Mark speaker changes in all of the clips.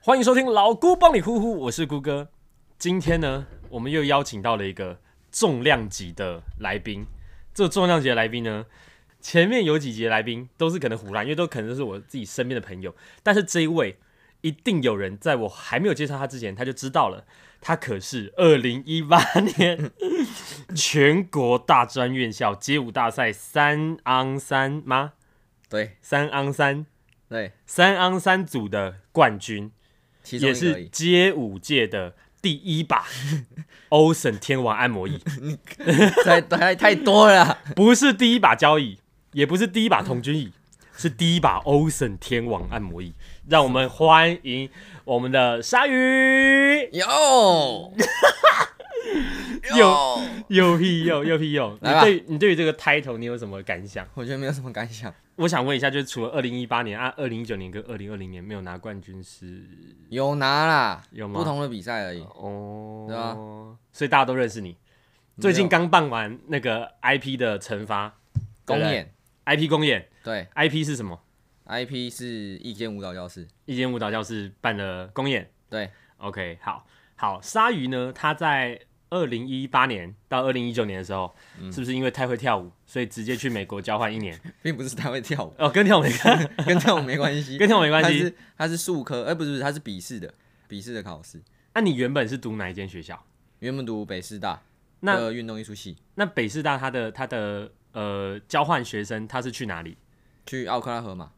Speaker 1: 欢迎收听老姑帮你呼呼，我是姑哥。今天呢，我们又邀请到了一个重量级的来宾。这重量级的来宾呢，前面有几集的来宾都是可能胡乱，因为都可能是我自己身边的朋友。但是这一位，一定有人在我还没有介绍他之前，他就知道了。他可是二零一八年 全国大专院校街舞大赛三昂三吗？
Speaker 2: 对
Speaker 1: 三昂三
Speaker 2: 对，
Speaker 1: 三昂三组的冠军。
Speaker 2: 其中
Speaker 1: 也
Speaker 2: 一个而
Speaker 1: 是
Speaker 2: 已。
Speaker 1: 街舞界的第一把 Ocean 天王按摩椅，
Speaker 2: 太太太多了 啦，
Speaker 1: 不是第一把交椅，也不是第一把童军椅，是第一把 Ocean 天王按摩椅。让我们欢迎我们的鲨鱼，
Speaker 2: 有
Speaker 1: 有，又屁又又屁又。你
Speaker 2: 来吧
Speaker 1: 对你对于这个 title 你有什么感想？
Speaker 2: 我觉得没有什么感想。
Speaker 1: 我想问一下，就是除了二零一八年啊，二零一九年跟二零二零年没有拿冠军是
Speaker 2: 有拿啦，
Speaker 1: 有吗
Speaker 2: 不同的比赛而已。
Speaker 1: 哦，
Speaker 2: 对啊
Speaker 1: 所以大家都认识你。最近
Speaker 2: 没有
Speaker 1: 刚办完那个 IP 的惩罚
Speaker 2: 公
Speaker 1: 对不对
Speaker 2: 演，
Speaker 1: IP 公演
Speaker 2: 对
Speaker 1: ，IP 是什么？
Speaker 2: ，IP 是一间舞蹈教室，
Speaker 1: 一间舞蹈教室办的公演。
Speaker 2: 对，
Speaker 1: OK，好，好，鲨鱼呢？他在二零一八年到二零一九年的时候，
Speaker 2: 嗯
Speaker 1: 是不是因为太会跳舞，所以直接去美国交换一年？
Speaker 2: 并不是他会跳舞，
Speaker 1: 哦，跟跳舞没关，
Speaker 2: 跟跳舞没关 系，
Speaker 1: 跟跳舞没关
Speaker 2: 他
Speaker 1: 系。
Speaker 2: 是他是术科，哎、不是不是，他是笔试的，笔试的考试。
Speaker 1: 那、你原本是读哪一间学校？
Speaker 2: 原本读北师大
Speaker 1: 那
Speaker 2: 的运动艺术系，
Speaker 1: 那北师大他的他的呃交换学生他是去哪里？
Speaker 2: 去奥克拉荷马。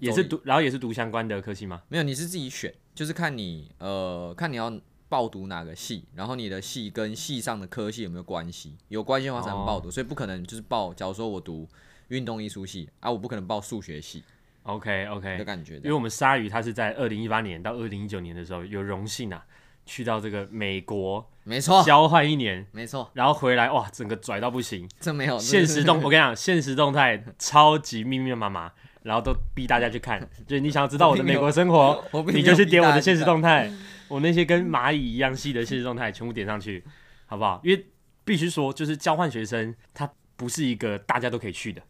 Speaker 1: 也是读，然后也是读相关的科系吗？
Speaker 2: 没有，你是自己选，就是看你呃，看你要报读哪个系，然后你的系跟系上的科系有没有关系，有关系的话才能报读，
Speaker 1: 哦
Speaker 2: 所以不可能就是报，假如说我读运动艺术系啊，我不可能报数学系
Speaker 1: OK OK，
Speaker 2: 的感觉
Speaker 1: 因为我们鲨鱼它是在二零一八年到二零一九年的时候有荣幸啊，去到这个美国
Speaker 2: 没错，
Speaker 1: 交换一年，
Speaker 2: 没错，
Speaker 1: 然后回来哇，整个拽到不行，
Speaker 2: 这没有
Speaker 1: 现实动
Speaker 2: 这
Speaker 1: 我跟你讲，现实动态超级密密麻麻，然后都逼大家去看，就是你想要知道我的美国生活，
Speaker 2: 嗯我并没有
Speaker 1: 你就去点我的
Speaker 2: 逼大家嗯
Speaker 1: 现实动态，我那些跟蚂蚁一样细的现实动态全部点上去，好不好？因为必须说，就是交换学生，他不是一个大家都可以去的，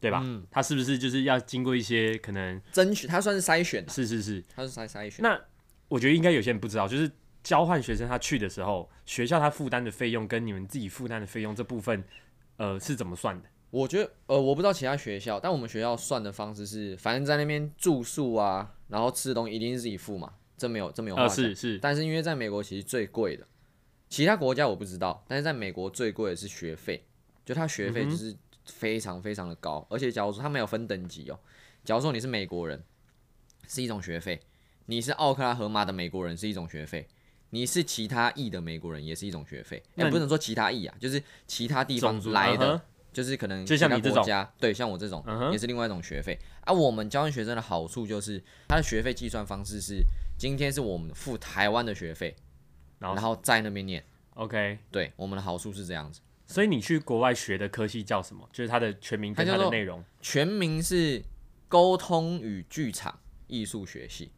Speaker 1: 对吧？
Speaker 2: 嗯
Speaker 1: 他是不是就是要经过一些可能
Speaker 2: 争取，它算是筛选啊，
Speaker 1: 是是是。
Speaker 2: 它是筛筛选，
Speaker 1: 那我觉得应该有些人不知道，就是交换学生他去的时候，学校他负担的费用跟你们自己负担的费用这部分，呃，是怎么算的？
Speaker 2: 我觉得，呃，我不知道其他学校，但我们学校算的方式是，反正在那边住宿啊，然后吃的东西一定是自己付嘛，这没有这没有话
Speaker 1: 呃，
Speaker 2: 讲
Speaker 1: 是是
Speaker 2: 但是因为在美国其实最贵的，其他国家我不知道，但是在美国最贵的是学费，就它学
Speaker 1: 嗯
Speaker 2: 费就是非常非常的高，而且假如说它没有分等级哦，假如说你是美国人是一种学费，你是奥克拉荷马的美国人是一种学费。你是其他裔的美国人，也是一种学费。哎、
Speaker 1: 那你
Speaker 2: 不能说其他裔啊，就是其他地方
Speaker 1: 种族
Speaker 2: 来的，
Speaker 1: 嗯哼
Speaker 2: 就是可能
Speaker 1: 就像
Speaker 2: 其他
Speaker 1: 你这
Speaker 2: 国
Speaker 1: 种
Speaker 2: 家，对，像我这种、
Speaker 1: 嗯哼
Speaker 2: 也是另外一种学费啊。我们交换学生的好处就是，他的学费计算方式是，今天是我们付台湾的学费，
Speaker 1: 然后
Speaker 2: 然后在那边念。
Speaker 1: OK，
Speaker 2: 对，我们的好处是这样子。
Speaker 1: 所以你去国外学的科系叫什么？就是它的全名跟
Speaker 2: 它
Speaker 1: 它
Speaker 2: 叫
Speaker 1: 的
Speaker 2: 做
Speaker 1: 内容。
Speaker 2: 全名是沟通与剧场艺术学系，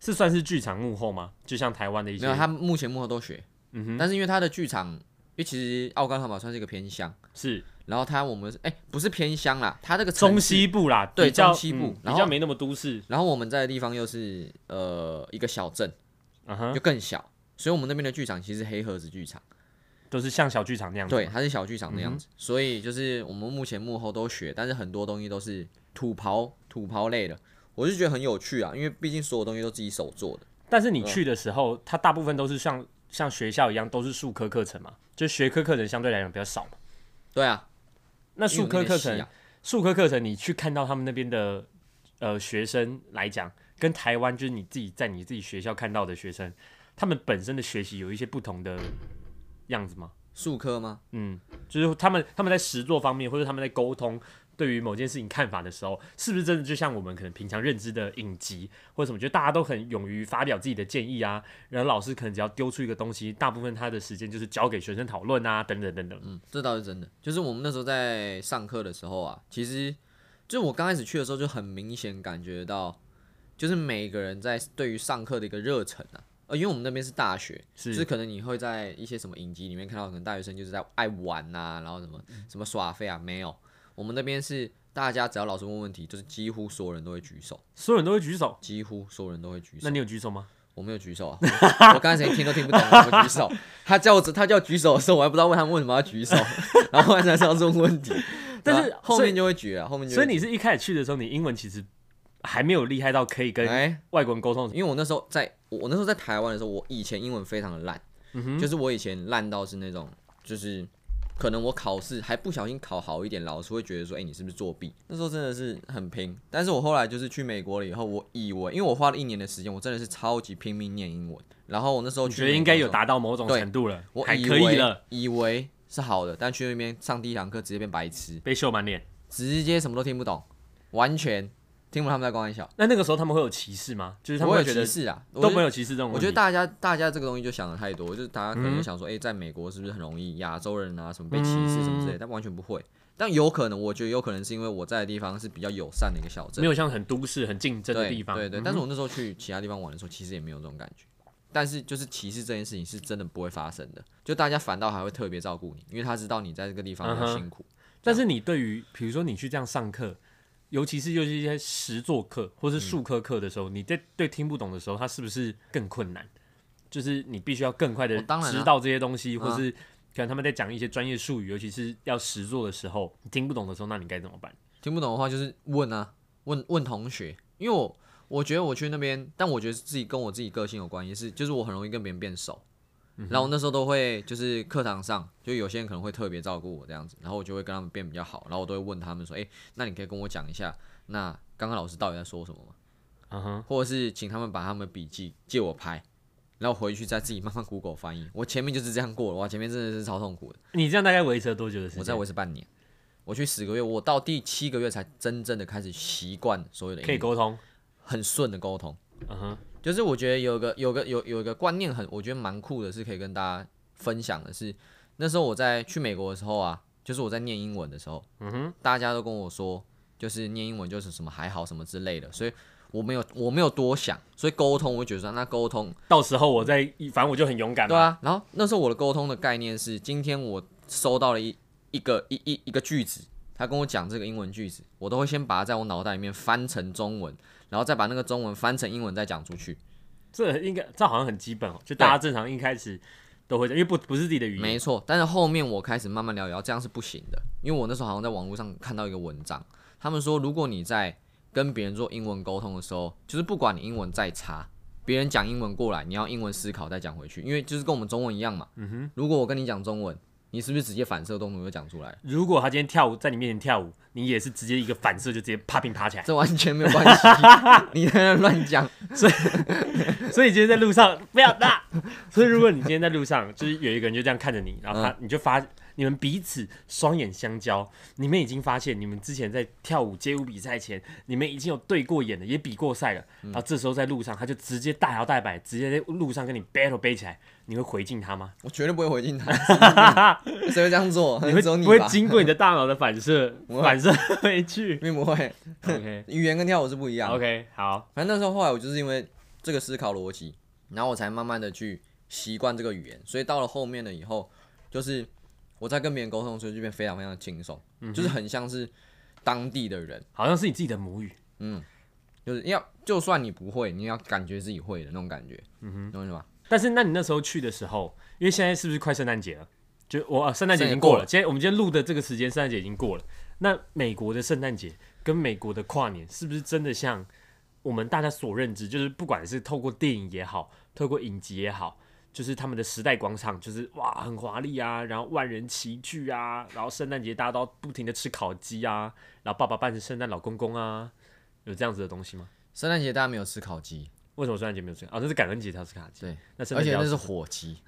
Speaker 1: 是算是剧场幕后吗？就像台湾的一些
Speaker 2: 没有，他目前幕后都学。嗯哼。但是因为他的剧场，因为其实奥克拉荷马算是一个偏乡，
Speaker 1: 是
Speaker 2: 然后他我们哎、不是偏乡啦，他这个城
Speaker 1: 中
Speaker 2: 市
Speaker 1: 西部啦，
Speaker 2: 对
Speaker 1: 比较
Speaker 2: 中西部
Speaker 1: 嗯
Speaker 2: 然
Speaker 1: 比
Speaker 2: 后
Speaker 1: 较没那么都市。
Speaker 2: 然后我们在的地方又是呃一个小镇，
Speaker 1: 嗯哼，
Speaker 2: 就更小，所以我们那边的剧场其实是黑盒子剧场，
Speaker 1: 都是像小剧场那样子。
Speaker 2: 对，，它是小剧场那样
Speaker 1: 嗯
Speaker 2: 子。所以就是我们目前幕后都学，但是很多东西都是土袍土袍类的，我是觉得很有趣啊，因为毕竟所有东西都自己手做的。
Speaker 1: 但是你
Speaker 2: 嗯
Speaker 1: 去的时候，它大部分都是像像学校一样，都是术科课程嘛，就学科课程相对来讲比较少嘛。
Speaker 2: 对啊，
Speaker 1: 那
Speaker 2: 因为
Speaker 1: 术
Speaker 2: 我那
Speaker 1: 科
Speaker 2: 边
Speaker 1: 课
Speaker 2: 系
Speaker 1: 程
Speaker 2: 啊，
Speaker 1: 术科课程，你去看到他们那边的呃学生来讲，跟台湾就是你自己在你自己学校看到的学生，他们本身的学习有一些不同的样子吗？
Speaker 2: 术科吗？
Speaker 1: 嗯，就是他们他们在实作方面，或者他们在沟通对于某件事情看法的时候，是不是真的就像我们可能平常认知的影集或者什么，就大家都很勇于发表自己的建议啊，然后老师可能只要丢出一个东西，大部分他的时间就是交给学生讨论啊，等等等等。
Speaker 2: 嗯，这倒是真的。就是我们那时候在上课的时候啊，其实就我刚开始去的时候就很明显感觉到，就是每个人在对于上课的一个热忱啊。呃，因为我们那边是大学，
Speaker 1: 是
Speaker 2: 就是可能你会在一些什么影集里啊面看到，可能大学生就是在爱玩呐、然后什么什么耍废啊，没有，我们那边是大家只要老师问问题，就是几乎所有人都会举手，
Speaker 1: 所有人都会举手。
Speaker 2: 几乎所有人都会举手
Speaker 1: 那。你有举手吗？
Speaker 2: 我没有举手啊， 我我刚才谁听都听不懂，我怎么举手？ 他叫我他叫我举手的时候，我还不知道问他们为什么要举手， 然后他才知道这种问题。
Speaker 1: 但是
Speaker 2: 对吧后
Speaker 1: 所以
Speaker 2: 面就会举啊，后面就
Speaker 1: 所
Speaker 2: 会
Speaker 1: 以你
Speaker 2: 举
Speaker 1: 是一开始去的时候，你英文其实还没有厉害到可以跟
Speaker 2: 哎，
Speaker 1: 外国人沟通。
Speaker 2: 因为我那时候在我我那时候在台湾的时候，我以前英文非常的烂，
Speaker 1: 嗯哼，
Speaker 2: 就是我以前烂到是那种，就是可能我考试还不小心考好一点，老师会觉得说，哎、你是不是作弊？那时候真的是很拼。但是我后来就是去美国了以后，我以为，因为我花了一年的时间，我真的是超级拼命念英文。然后我那时候
Speaker 1: 我
Speaker 2: 去，
Speaker 1: 觉得应该有，达到某种程度了，
Speaker 2: 我
Speaker 1: 还
Speaker 2: 以
Speaker 1: 可以
Speaker 2: 为
Speaker 1: 了，，
Speaker 2: 以为是好的，但去那边上第一堂课直接变白痴，
Speaker 1: 被秀满脸。
Speaker 2: 直接什么都听不懂，完全听不懂他们在开玩笑。
Speaker 1: 那那个时候他们会有歧视吗？就是他
Speaker 2: 我
Speaker 1: 们
Speaker 2: 有
Speaker 1: 会觉
Speaker 2: 歧
Speaker 1: 得
Speaker 2: 视啊，我
Speaker 1: 都
Speaker 2: 觉
Speaker 1: 没
Speaker 2: 得
Speaker 1: 有歧视这种问题。
Speaker 2: 我觉得大家大家这个东西就想的太多，就是大家可
Speaker 1: 嗯
Speaker 2: 能就想说，哎、在美国是不是很容易亚洲人啊什么被歧视什么
Speaker 1: 嗯
Speaker 2: 之类的但完全不会。但有可能，我觉得有可能是因为我在的地方是比较友善的一个小镇
Speaker 1: 没，有像很都市、很竞争的
Speaker 2: 对
Speaker 1: 地方。
Speaker 2: 对对。
Speaker 1: 嗯
Speaker 2: 但是我那时候去其他地方玩的时候，其实也没有这种感觉。但是就是歧视这件事情是真的不会发生的，就大家反倒还会特别照顾你，因为他知道你在这个地方比
Speaker 1: 嗯
Speaker 2: 较
Speaker 1: 哼
Speaker 2: 辛苦。
Speaker 1: 但是你对于比如说你去这样上课，尤其是就是一些实作课或是术科课的时候，你在对听不懂的时候，它是不是更困难？就是你必须要更快的
Speaker 2: 哦当然啊
Speaker 1: 知道这些东西，
Speaker 2: 啊
Speaker 1: 或是可能他们在讲一些专业术语，尤其是要实作的时候，你听不懂的时候，那你该怎么办？
Speaker 2: 听不懂的话就是问啊，问问同学，因为我我觉得我去那边，但我觉得自己跟我自己个性有关系，是就是我很容易跟别人变熟，
Speaker 1: 嗯
Speaker 2: 然后我那时候都会就是课堂上，就有些人可能会特别照顾我这样子，然后我就会跟他们变比较好，然后我都会问他们说，哎、那你可以跟我讲一下，那刚刚老师到底在说什么吗？
Speaker 1: 嗯哼，
Speaker 2: 或者是请他们把他们的笔记借我拍。然后回去再自己慢慢 Google 翻译，我前面就是这样过了，哇，前面真的是超痛苦的。
Speaker 1: 你这样大概维持了多久的时间？
Speaker 2: 我在维持半年，我去十个月，我到第七个月才真正的开始习惯所有的英
Speaker 1: 可以
Speaker 2: 语，
Speaker 1: 沟通。
Speaker 2: 很顺的沟通。
Speaker 1: 嗯哼，
Speaker 2: 就是我觉得有个有个有有一个观念很，我觉得蛮酷的，是可以跟大家分享的是，那时候我在去美国的时候啊，就是我在念英文的时候，
Speaker 1: 嗯哼，
Speaker 2: 大家都跟我说，就是念英文就是什么还好什么之类的，所以我没有我没有多想，所以沟通我就觉得说那沟通
Speaker 1: 到时候我再，反正我就很勇敢
Speaker 2: 对
Speaker 1: 嘛。
Speaker 2: 啊，然后那时候我的沟通的概念是，今天我收到了一一个一一一个句子，他跟我讲这个英文句子，我都会先把它在我脑袋里面翻成中文，然后再把那个中文翻成英文再讲出去。
Speaker 1: 这应该这好像很基本哦，就大家正常一开始都会这样，因为不不是自己的语言。
Speaker 2: 没错，但是后面我开始慢慢聊一聊，这样是不行的，因为我那时候好像在网络上看到一个文章，他们说如果你在跟别人做英文沟通的时候，就是不管你英文再差，别人讲英文过来，你要英文思考再讲回去，因为就是跟我们中文一样嘛。嗯哼，如果我跟你讲中文，你是不是直接反射动作就讲出来了？
Speaker 1: 如果他今天跳舞在你面前跳舞，你也是直接一个反射就直接啪平爬起来。
Speaker 2: 这完全没有 关系，你在那乱讲。
Speaker 1: 所以今天在路上不要 打。所以如果你今天在路上，就是有一个人就这样看着你，然后他、
Speaker 2: 嗯
Speaker 1: 你就发你们彼此双眼相交，你们已经发现你们之前在跳舞街舞比赛前，你们已经有对过眼了，也比过赛了。
Speaker 2: 嗯
Speaker 1: 然后这时候在路上，他就直接大摇大摆，直接在路上跟你 battle 背起来，你会回敬他吗？
Speaker 2: 我绝对不会回敬他， 谁会这样做？
Speaker 1: 你会
Speaker 2: 只有
Speaker 1: 不
Speaker 2: 你
Speaker 1: 会
Speaker 2: 吧？
Speaker 1: 经过你的大脑的反射
Speaker 2: 我
Speaker 1: 反射回 去
Speaker 2: 并不会，
Speaker 1: ？OK
Speaker 2: 语言跟跳舞是不一样的。
Speaker 1: OK 好，
Speaker 2: 反正那时候后来我就是因为这个思考逻辑，然后我才慢慢的去习惯这个语言，所以到了后面了以后，就是我在跟别人沟通的时候就变非常非常的轻松，
Speaker 1: 嗯
Speaker 2: 就是很像是当地的人，
Speaker 1: 好像是你自己的母语。
Speaker 2: 就是要就算你不会，你也要感觉自己会的那种感觉，嗯哼，懂我意思吗？
Speaker 1: 但是，那你那时候去的时候，因为现在是不是快圣诞节了？就我、啊圣诞节已
Speaker 2: 圣诞节
Speaker 1: 经过
Speaker 2: 过
Speaker 1: 了，
Speaker 2: 了
Speaker 1: 今天我们今天录的这个时间，圣诞节已经过了。那美国的圣诞节跟美国的跨年，是不是真的像我们大家所认知？就是不管是透过电影也好，透过影集也好，就是他们的时代广场，就是哇很华丽啊，然后万人齐聚啊，然后圣诞节大家都不停的吃烤鸡啊，然后爸爸扮成圣诞老公公啊，有这样子的东西吗？
Speaker 2: 圣诞节大家没有吃烤鸡，
Speaker 1: 为什么圣诞节没有这样？哦，那是感恩节才要吃烤鸡。
Speaker 2: 对，
Speaker 1: 那圣
Speaker 2: 而
Speaker 1: 诞节
Speaker 2: 且
Speaker 1: 要
Speaker 2: 那
Speaker 1: 吃
Speaker 2: 是火鸡，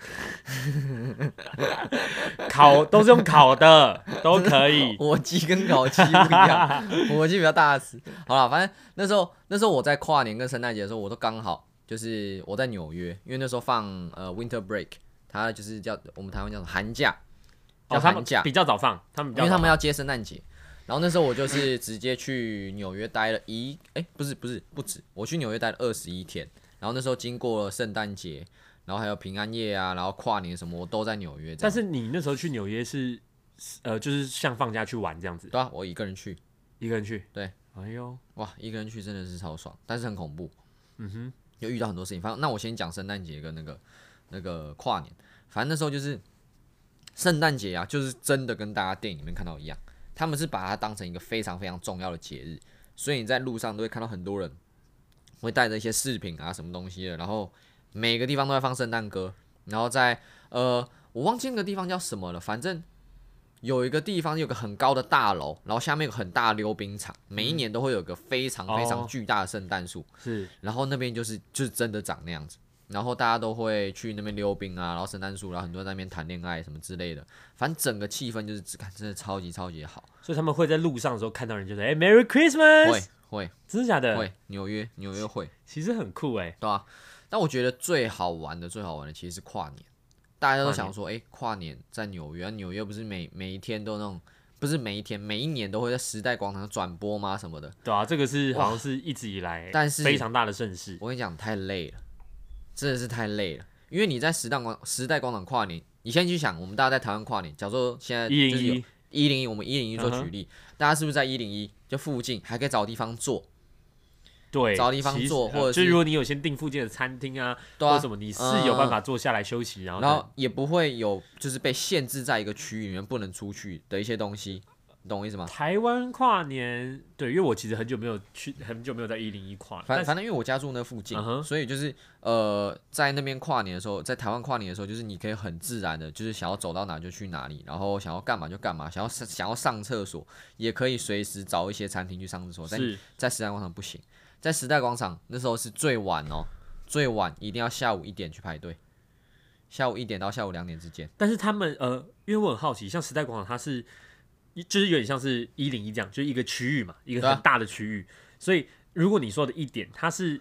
Speaker 1: 烤都是用烤 的，都可以。
Speaker 2: 火鸡跟烤鸡不一样，火鸡比较大只。好了，反正那时候那时候我在跨年跟圣诞节的时候，我都刚好就是我在纽约，因为那时候放呃 Winter Break，它就是叫我们台湾叫什么寒假，
Speaker 1: 哦，
Speaker 2: 叫
Speaker 1: 他
Speaker 2: 寒
Speaker 1: 们
Speaker 2: 假，
Speaker 1: 比较早放，他们比
Speaker 2: 因
Speaker 1: 较
Speaker 2: 为
Speaker 1: 早
Speaker 2: 他
Speaker 1: 放
Speaker 2: 们要接圣诞节。然后那时候我就是直接去纽约待了一，哎、不是不是不止，我去纽约待了二十一天。然后那时候经过了圣诞节，然后还有平安夜啊，然后跨年什么，我都在纽约这样。
Speaker 1: 但是你那时候去纽约是，呃，就是像放假去玩这样子。
Speaker 2: 对啊，我一个人去，
Speaker 1: 一个人去。
Speaker 2: 对，
Speaker 1: 哎呦，
Speaker 2: 哇，一个人去真的是超爽，但是很恐怖。嗯哼，又遇到很多事情。反正那我先讲圣诞节跟那个那个跨年，反正那时候就是圣诞节啊，就是真的跟大家电影里面看到一样，他们是把它当成一个非常非常重要的节日，所以你在路上都会看到很多人会带着一些饰品啊什么东西的，然后每个地方都在放圣诞歌，然后在呃，我忘记那个地方叫什么了，反正有一个地方有个很高的大楼，然后下面有个很大的溜冰场，每一年都会有个非常非
Speaker 1: 哦
Speaker 2: 常巨大的圣诞树，
Speaker 1: 是
Speaker 2: 然后那边就是就是真的长那样子，然后大家都会去那边溜冰啊，然后圣诞树，然后很多人在那边谈恋爱什么之类的，反正整个气氛就是干真的超级超级好，
Speaker 1: 所以他们会在路上的时候看到人就说：“哎、m e r r y
Speaker 2: 会
Speaker 1: Christmas！”
Speaker 2: 会
Speaker 1: 真的假的？
Speaker 2: 会，纽约纽约会，
Speaker 1: 其实很酷哎、
Speaker 2: 对啊，但我觉得最好玩的最好玩的其实是跨年，大家
Speaker 1: 跨
Speaker 2: 都
Speaker 1: 年
Speaker 2: 想说，哎、跨年在纽约，啊纽约不是每每一天都那种，不是每一天每一年都会在时代广场转播吗？什么的，
Speaker 1: 对啊，这个是好像是一直以来
Speaker 2: 但是
Speaker 1: 非常大的盛事。
Speaker 2: 我跟你讲，太累了，真的是太累了。因为你在时代广时代广场跨年，你先去想，我们大家在台湾跨年，假如说现在
Speaker 1: 一
Speaker 2: 呃就是
Speaker 1: 零
Speaker 2: 有
Speaker 1: 一，
Speaker 2: 一零一，我们一零一做
Speaker 1: 嗯
Speaker 2: 举
Speaker 1: 哼
Speaker 2: 例，大家是不是在一零一就附近还可以找地方坐？
Speaker 1: 对，
Speaker 2: 找地方
Speaker 1: 其实
Speaker 2: 坐
Speaker 1: 呃
Speaker 2: 或者
Speaker 1: 就是如果你有先订附近的餐厅啊，
Speaker 2: 对
Speaker 1: 或
Speaker 2: 啊
Speaker 1: 者，什么，哦你是有办法
Speaker 2: 嗯
Speaker 1: 坐下来休息，然后
Speaker 2: 然后也不会有就是被限制在一个区域里面不能出去的一些东西，你懂我意思吗？
Speaker 1: 台湾跨年，对，因为我其实很久没有去，很久没有在一零一跨，但
Speaker 2: 反
Speaker 1: 是
Speaker 2: 反正因为我家住那附近
Speaker 1: 嗯哼
Speaker 2: 所以就是呃，在那边跨年的时候，在台湾跨年的时候，就是你可以很自然的，就是想要走到哪就去哪里，然后想要干嘛就干嘛，想要上想要上厕所也可以随时找一些餐厅去上厕所。但
Speaker 1: 是
Speaker 2: 在时代广场不行，在时代广场那时候是最晚哦，最晚一定要下午一点去排队，下午一点到下午两点之间。
Speaker 1: 但是他们呃，因为我很好奇，像时代广场它是，一就是有点像是一零一这样，就是一个区域嘛，一个
Speaker 2: 对啊
Speaker 1: 很大的区域。所以如果你说的一点，它是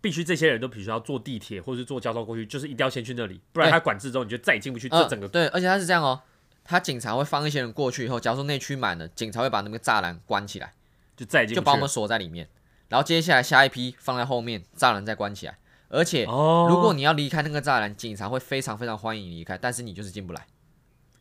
Speaker 1: 必须这些人都必须要坐地铁或是坐交通过去，就是一定要先去那里，不然
Speaker 2: 对
Speaker 1: 它管制之后你就再也进不去。
Speaker 2: 嗯
Speaker 1: 这整个
Speaker 2: 对，而且他是这样哦，他警察会放一些人过去以后，假如说那区满了，警察会把那个栅栏关起来。
Speaker 1: 就再也进
Speaker 2: 就
Speaker 1: 不去
Speaker 2: 把我们
Speaker 1: 了。
Speaker 2: 锁在里面，然后接下来下一批放在后面，栅栏再关起来。而且，
Speaker 1: 哦
Speaker 2: 如果你要离开那个栅栏，警察会非常非常欢迎你离开，但是你就是进不来，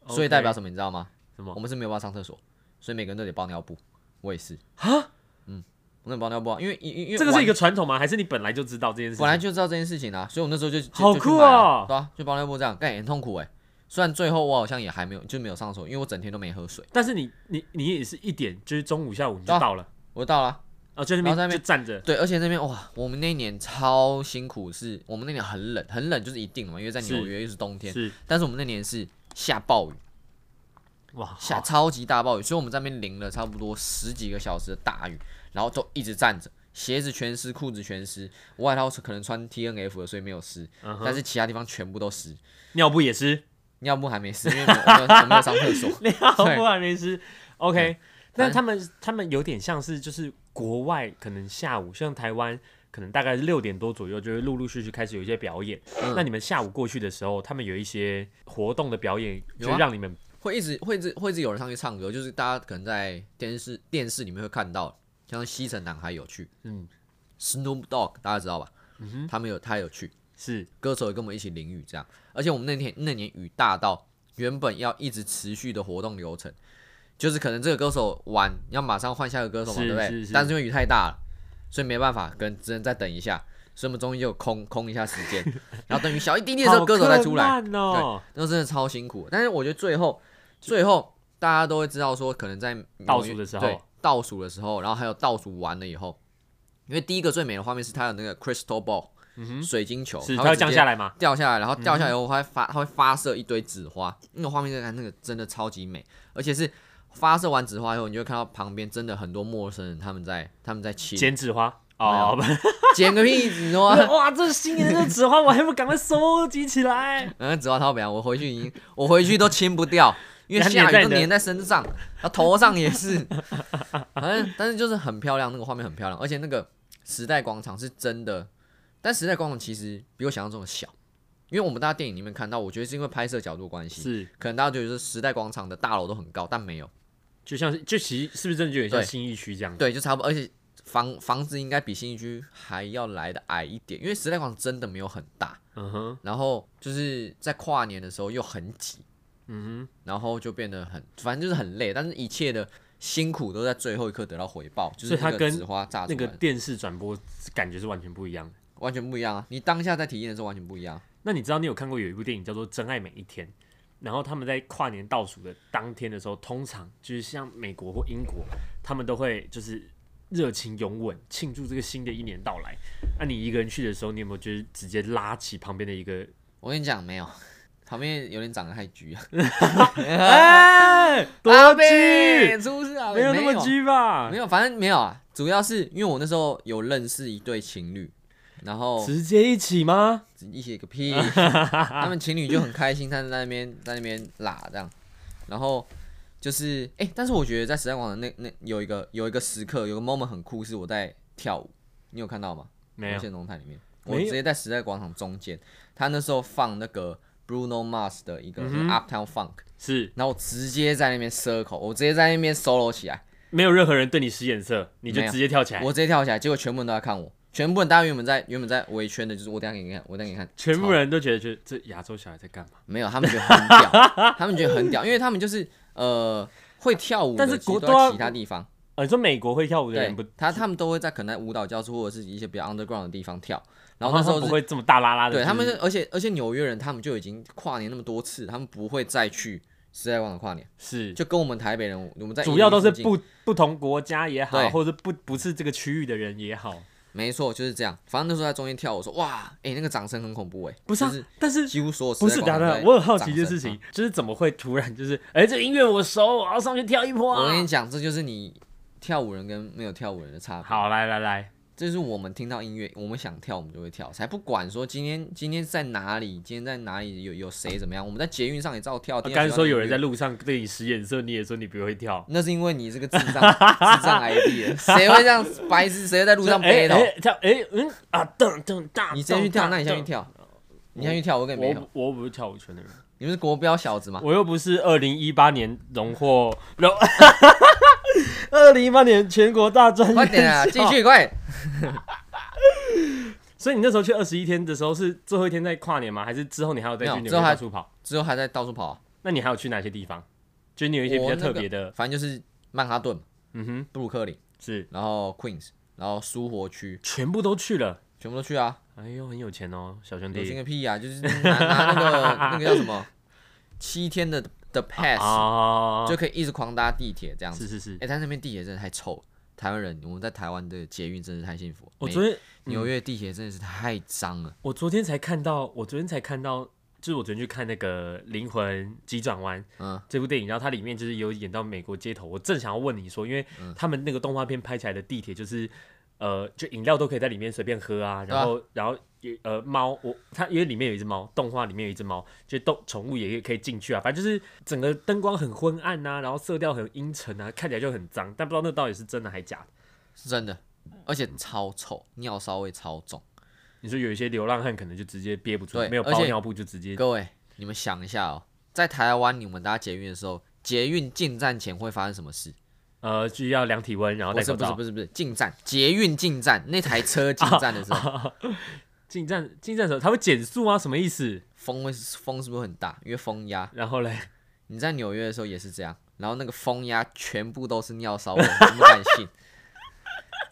Speaker 2: 所以代表什么？你知道吗？
Speaker 1: 什么
Speaker 2: 我们是没有办法上厕所，所以每个人都得包尿布。我也是啊，嗯，我得包尿布啊，因为因因因为
Speaker 1: 这个是一
Speaker 2: 个
Speaker 1: 个传统吗？还是你本来就知道这件事情？
Speaker 2: 本来就知道这件事情啊，所以我那时候就就
Speaker 1: 好
Speaker 2: 就去
Speaker 1: 酷
Speaker 2: 买啊
Speaker 1: 哦
Speaker 2: 对啊，就包尿布这样，但很痛苦哎、虽然最后我好像也还没有就没有上厕所，因为我整天都没喝水。
Speaker 1: 但是你你你也是一点，就是中午下午你
Speaker 2: 对
Speaker 1: 就
Speaker 2: 啊
Speaker 1: 到了，
Speaker 2: 我到了啊，
Speaker 1: 哦，就那
Speaker 2: 然后在
Speaker 1: 边
Speaker 2: 那
Speaker 1: 就
Speaker 2: 边
Speaker 1: 站着，
Speaker 2: 对，而且那边哇，我们那一年超辛苦是，我们那年很冷，很冷就是一定的嘛，因为在
Speaker 1: 是
Speaker 2: 纽约又是冬天。
Speaker 1: 是
Speaker 2: 但是我们那年是下暴雨，
Speaker 1: 哇，
Speaker 2: 下
Speaker 1: 好
Speaker 2: 超级大暴雨，所以我们在那边淋了差不多十几个小时的大雨，然后都一直站着，鞋子全湿，裤子全湿，外套可能穿 T N F 的，所以没有湿，
Speaker 1: 嗯哼
Speaker 2: 但是其他地方全部都湿，
Speaker 1: 尿布也湿，
Speaker 2: 尿布还没湿，因为我没有我没有上厕所。
Speaker 1: 尿布还没湿。OK，那他们他们有点像是就是国外可能下午，像台湾可能大概六点多左右就会陆陆续续开始有一些表演。
Speaker 2: 嗯
Speaker 1: 那你们下午过去的时候，他们有一些活动的表演，就
Speaker 2: 有啊
Speaker 1: 让你们
Speaker 2: 会一直会一直会一直有人上去唱歌，就是大家可能在电视电视里面会看到，像西城男孩有去，
Speaker 1: 嗯
Speaker 2: 嗯，Snoop Dogg 大家知道吧？他们有他有去，
Speaker 1: 是
Speaker 2: 歌手也跟我们一起淋雨这样，而且我们那天那年雨大到原本要一直持续的活动流程，就是可能这个歌手完要马上换下一个歌手嘛，
Speaker 1: 是
Speaker 2: 对不对？
Speaker 1: 是是
Speaker 2: 但是因为雨太大了，所以没办法，可能只能再等一下，所以我们终于就空空一下时 间，然后等雨小一滴滴的时
Speaker 1: 好
Speaker 2: 候，歌手再出来，
Speaker 1: 浪漫哦，
Speaker 2: 那真的超辛苦。但是我觉得最后，最后大家都会知道说，可能在
Speaker 1: 倒数的时候
Speaker 2: 对，倒数的时候，然后还有倒数完了以后，因为第一个最美的画面是它有那个 crystal ball，、水晶球，
Speaker 1: 嗯是
Speaker 2: 它
Speaker 1: 它会
Speaker 2: 会
Speaker 1: 降下
Speaker 2: 来，
Speaker 1: 来嗯嘛？
Speaker 2: 掉下来，然后掉下来以后它会发，它会发射一堆纸花，那个画面看那个真的超级美，而且是。发射完纸花以后，你就会看到旁边真的很多陌生人，他们在他们在亲，
Speaker 1: 剪纸花哦，不
Speaker 2: 捡个屁！你说
Speaker 1: 哇，这新年的纸花我还不赶快收集起 来？
Speaker 2: 嗯，紫花套饼，我回去已经，我回去都清 不掉，因为
Speaker 1: 它
Speaker 2: 下
Speaker 1: 粘在
Speaker 2: 雨都
Speaker 1: 你的
Speaker 2: 粘在身上，然后头上也是。 反正但是就是很漂亮，那个画面很漂亮，而且那个时代广场是真的，但时代广场其实比我想象中的小，因为我们大家电影里面看到，我觉得是因为拍摄角度关系，
Speaker 1: 是，
Speaker 2: 可能大家觉得时代广场的大楼都很高，但没有，
Speaker 1: 就像是就其实是不是真的就有点像
Speaker 2: 对
Speaker 1: 新义区这样？
Speaker 2: 对，就差不多，而且房房子应该比新一区还要来的矮一点，因为时代广场真的没有很大，
Speaker 1: 嗯哼，
Speaker 2: 然后就是在跨年的时候又很挤。
Speaker 1: 嗯
Speaker 2: 然后就变得很，反正就是很累，但是一切的辛苦都在最后一刻得到回报，就
Speaker 1: 所
Speaker 2: 是
Speaker 1: 以它
Speaker 2: 那个
Speaker 1: 跟
Speaker 2: 纸花炸出
Speaker 1: 那
Speaker 2: 来
Speaker 1: 个电视转播感觉是完全不一样的。
Speaker 2: 完全不一样啊！你当下在体验的时候完全不一样。
Speaker 1: 那你知道你有看过有一部电影叫做《真爱每一天》，然后他们在跨年倒数的当天的时候，通常就是像美国或英国，他们都会就是热情拥吻庆祝这个新的一年到来。那、你一个人去的时候，你有没有就是直接拉起旁边的一 个？
Speaker 2: 我跟你讲，没有，旁边有点长得太橘了，
Speaker 1: 哎、 多
Speaker 2: 阿
Speaker 1: 居
Speaker 2: 贝出事啊！
Speaker 1: 没有那么居吧
Speaker 2: 没？有，反正没有啊。主要是因为我那时候有认识一对情侣，然后
Speaker 1: 直接一起吗？
Speaker 2: 一起个 屁，他们情侣就很开心，他们在那边在那边拉这样，然后就是哎、但是我觉得在时代广场那那有一个有一个时刻，有个 moment 很酷，是我在跳舞，你有看到吗？
Speaker 1: 没有
Speaker 2: 现动态里面，
Speaker 1: 没
Speaker 2: 我
Speaker 1: 有
Speaker 2: 直接在时代广场中间，他那时候放那个 Bruno Mars 的一个
Speaker 1: 嗯哼
Speaker 2: Uptown Funk，、
Speaker 1: 是
Speaker 2: 然后我直接在那边 circle，我直接在那边 solo 起来，
Speaker 1: 没有任何人对你使眼色，你就
Speaker 2: 没有
Speaker 1: 直接跳起来。
Speaker 2: 我直接跳起来，结果全部人都在看我，全部人大家原本在原本在围圈的，就是我等一下给你看，我等一下给你看，
Speaker 1: 全
Speaker 2: 超
Speaker 1: 部人都觉得，就这亚洲小孩在干嘛？
Speaker 2: 没有，他们觉得很屌， 他们觉得很屌，因为他们就是呃会跳舞的，
Speaker 1: 但是
Speaker 2: 其实
Speaker 1: 国
Speaker 2: 都
Speaker 1: 都要
Speaker 2: 在其他地方，
Speaker 1: 呃，你说美国会跳舞的
Speaker 2: 对
Speaker 1: 人不，
Speaker 2: 他他们都会在可能在舞蹈教室或者是一些比较 underground 的地方跳，然后
Speaker 1: 哦他
Speaker 2: 那时候
Speaker 1: 不
Speaker 2: 是，
Speaker 1: 会这么大拉拉的，
Speaker 2: 对他们，
Speaker 1: 就是
Speaker 2: 而且而且纽约人他们就已经跨年那么多次，他们不会再去时代广场跨年，
Speaker 1: 是
Speaker 2: 就跟我们台北人，我们在
Speaker 1: 主要都是
Speaker 2: 移民附近
Speaker 1: 不不同国家也好，
Speaker 2: 对
Speaker 1: 或者是不不是这个区域的人也好，
Speaker 2: 没错就是这样，反正那时候在中间跳，我说哇，哎、那个掌声很恐怖哎、
Speaker 1: 不是、啊
Speaker 2: 就，是
Speaker 1: 但是。
Speaker 2: 几乎所有时
Speaker 1: 不
Speaker 2: 代
Speaker 1: 是，
Speaker 2: 广
Speaker 1: 达
Speaker 2: 场
Speaker 1: 达，
Speaker 2: 都在
Speaker 1: 我很好奇一
Speaker 2: 掌
Speaker 1: 件
Speaker 2: 声
Speaker 1: 事
Speaker 2: 啊
Speaker 1: 情，就是怎么会突然就是，哎、这音乐我熟，我要上去跳一波
Speaker 2: 我跟
Speaker 1: 啊
Speaker 2: 你！讲，这就是你跳舞人跟没有跳舞人的差别。
Speaker 1: 好，来来来，
Speaker 2: 这是我们听到音乐，我们想跳我们就会跳，才不管说今天今天在哪里，今天在哪里有有谁怎么样，我们在捷运上也照跳。
Speaker 1: 刚
Speaker 2: 电
Speaker 1: 才
Speaker 2: 视
Speaker 1: 说有人
Speaker 2: 上
Speaker 1: 在
Speaker 2: 也有，
Speaker 1: 路上对你使眼色，你也说你不会跳，
Speaker 2: 那是因为你这个智障智障 ID，谁会这样白痴？谁会在路上
Speaker 1: 哎
Speaker 2: 背头？
Speaker 1: 哎跳哎嗯啊噔噔哒，
Speaker 2: 你先去跳，
Speaker 1: 噔
Speaker 2: 那你先去，跳，你先去跳，我
Speaker 1: 噔
Speaker 2: 跟你没有
Speaker 1: 我。不我不是跳舞圈的人，
Speaker 2: 你们是国标小子嘛？
Speaker 1: 我又不是二零一八年荣获荣， 二零一八年全国大专
Speaker 2: 快点啊，
Speaker 1: 院
Speaker 2: 继
Speaker 1: 校
Speaker 2: 续快！
Speaker 1: 所以你那时候去二十一天的时候是最后一天在跨年吗？还是之后你还有再
Speaker 2: 没
Speaker 1: 去
Speaker 2: 有
Speaker 1: 纽
Speaker 2: 之
Speaker 1: 约
Speaker 2: 后还
Speaker 1: 到处跑？
Speaker 2: 之后还在到处跑啊，
Speaker 1: 那你还有去哪些地方？就你有一些比
Speaker 2: 我
Speaker 1: 较
Speaker 2: 那
Speaker 1: 特
Speaker 2: 个
Speaker 1: 别的，
Speaker 2: 反正就是曼哈顿、
Speaker 1: 嗯哼，
Speaker 2: 布鲁克林，
Speaker 1: 是
Speaker 2: 然后 Queens，然后苏活区，
Speaker 1: 全部都去了。
Speaker 2: 全部都去啊。
Speaker 1: 哎呦，很有钱哦，小兄
Speaker 2: 流行
Speaker 1: 弟
Speaker 2: 个屁啊！就是拿 拿那个那个叫什么七天的的 pass，、
Speaker 1: 啊！
Speaker 2: 就可以一直狂搭地铁这样子。
Speaker 1: 是是是
Speaker 2: 哎、，但那边地铁真的太臭了，台湾人我们在台湾的捷运真的太幸福了。
Speaker 1: 我
Speaker 2: 美
Speaker 1: 昨天嗯
Speaker 2: 纽约地铁真的是太脏了，
Speaker 1: 我昨天才看到，我昨天才看到，就是我昨天去看那个《灵魂急转弯》
Speaker 2: 嗯
Speaker 1: 这部电影，然后它里面就是有演到美国街头。我正想要问你说，因为
Speaker 2: 嗯
Speaker 1: 他们那个动画片拍起来的地铁就是，呃，就饮料都可以在里面随便喝啊，然后、然后也呃猫，我它因为里面有一只猫，动画里面有一只猫，就动宠物也可以进去啊，反正就是整个灯光很昏暗呐、然后色调很阴沉啊，看起来就很脏，但不知道那到底是真的还假的。
Speaker 2: 是真的，而且超臭，尿骚味超重。
Speaker 1: 你说有一些流浪汉可能就直接憋不住，
Speaker 2: 对
Speaker 1: 没有
Speaker 2: 而
Speaker 1: 包
Speaker 2: 且
Speaker 1: 尿布就直接
Speaker 2: 各位，你们想一下哦，在台湾你们搭捷运的时候，捷运进站前会发生什么事？
Speaker 1: 呃需要量体温，然后
Speaker 2: 不
Speaker 1: 戴
Speaker 2: 是
Speaker 1: 口
Speaker 2: 不是
Speaker 1: 罩
Speaker 2: 不。是不是进站，捷运进站那台车进站的时
Speaker 1: 啊
Speaker 2: 候，
Speaker 1: 进站进站的时候它会减速啊，什么意思？
Speaker 2: 风会风是不是很大？因为风压。
Speaker 1: 然后嘞，
Speaker 2: 你在纽约的时候也是这样，然后那个风压全部都是尿骚味，我不敢信。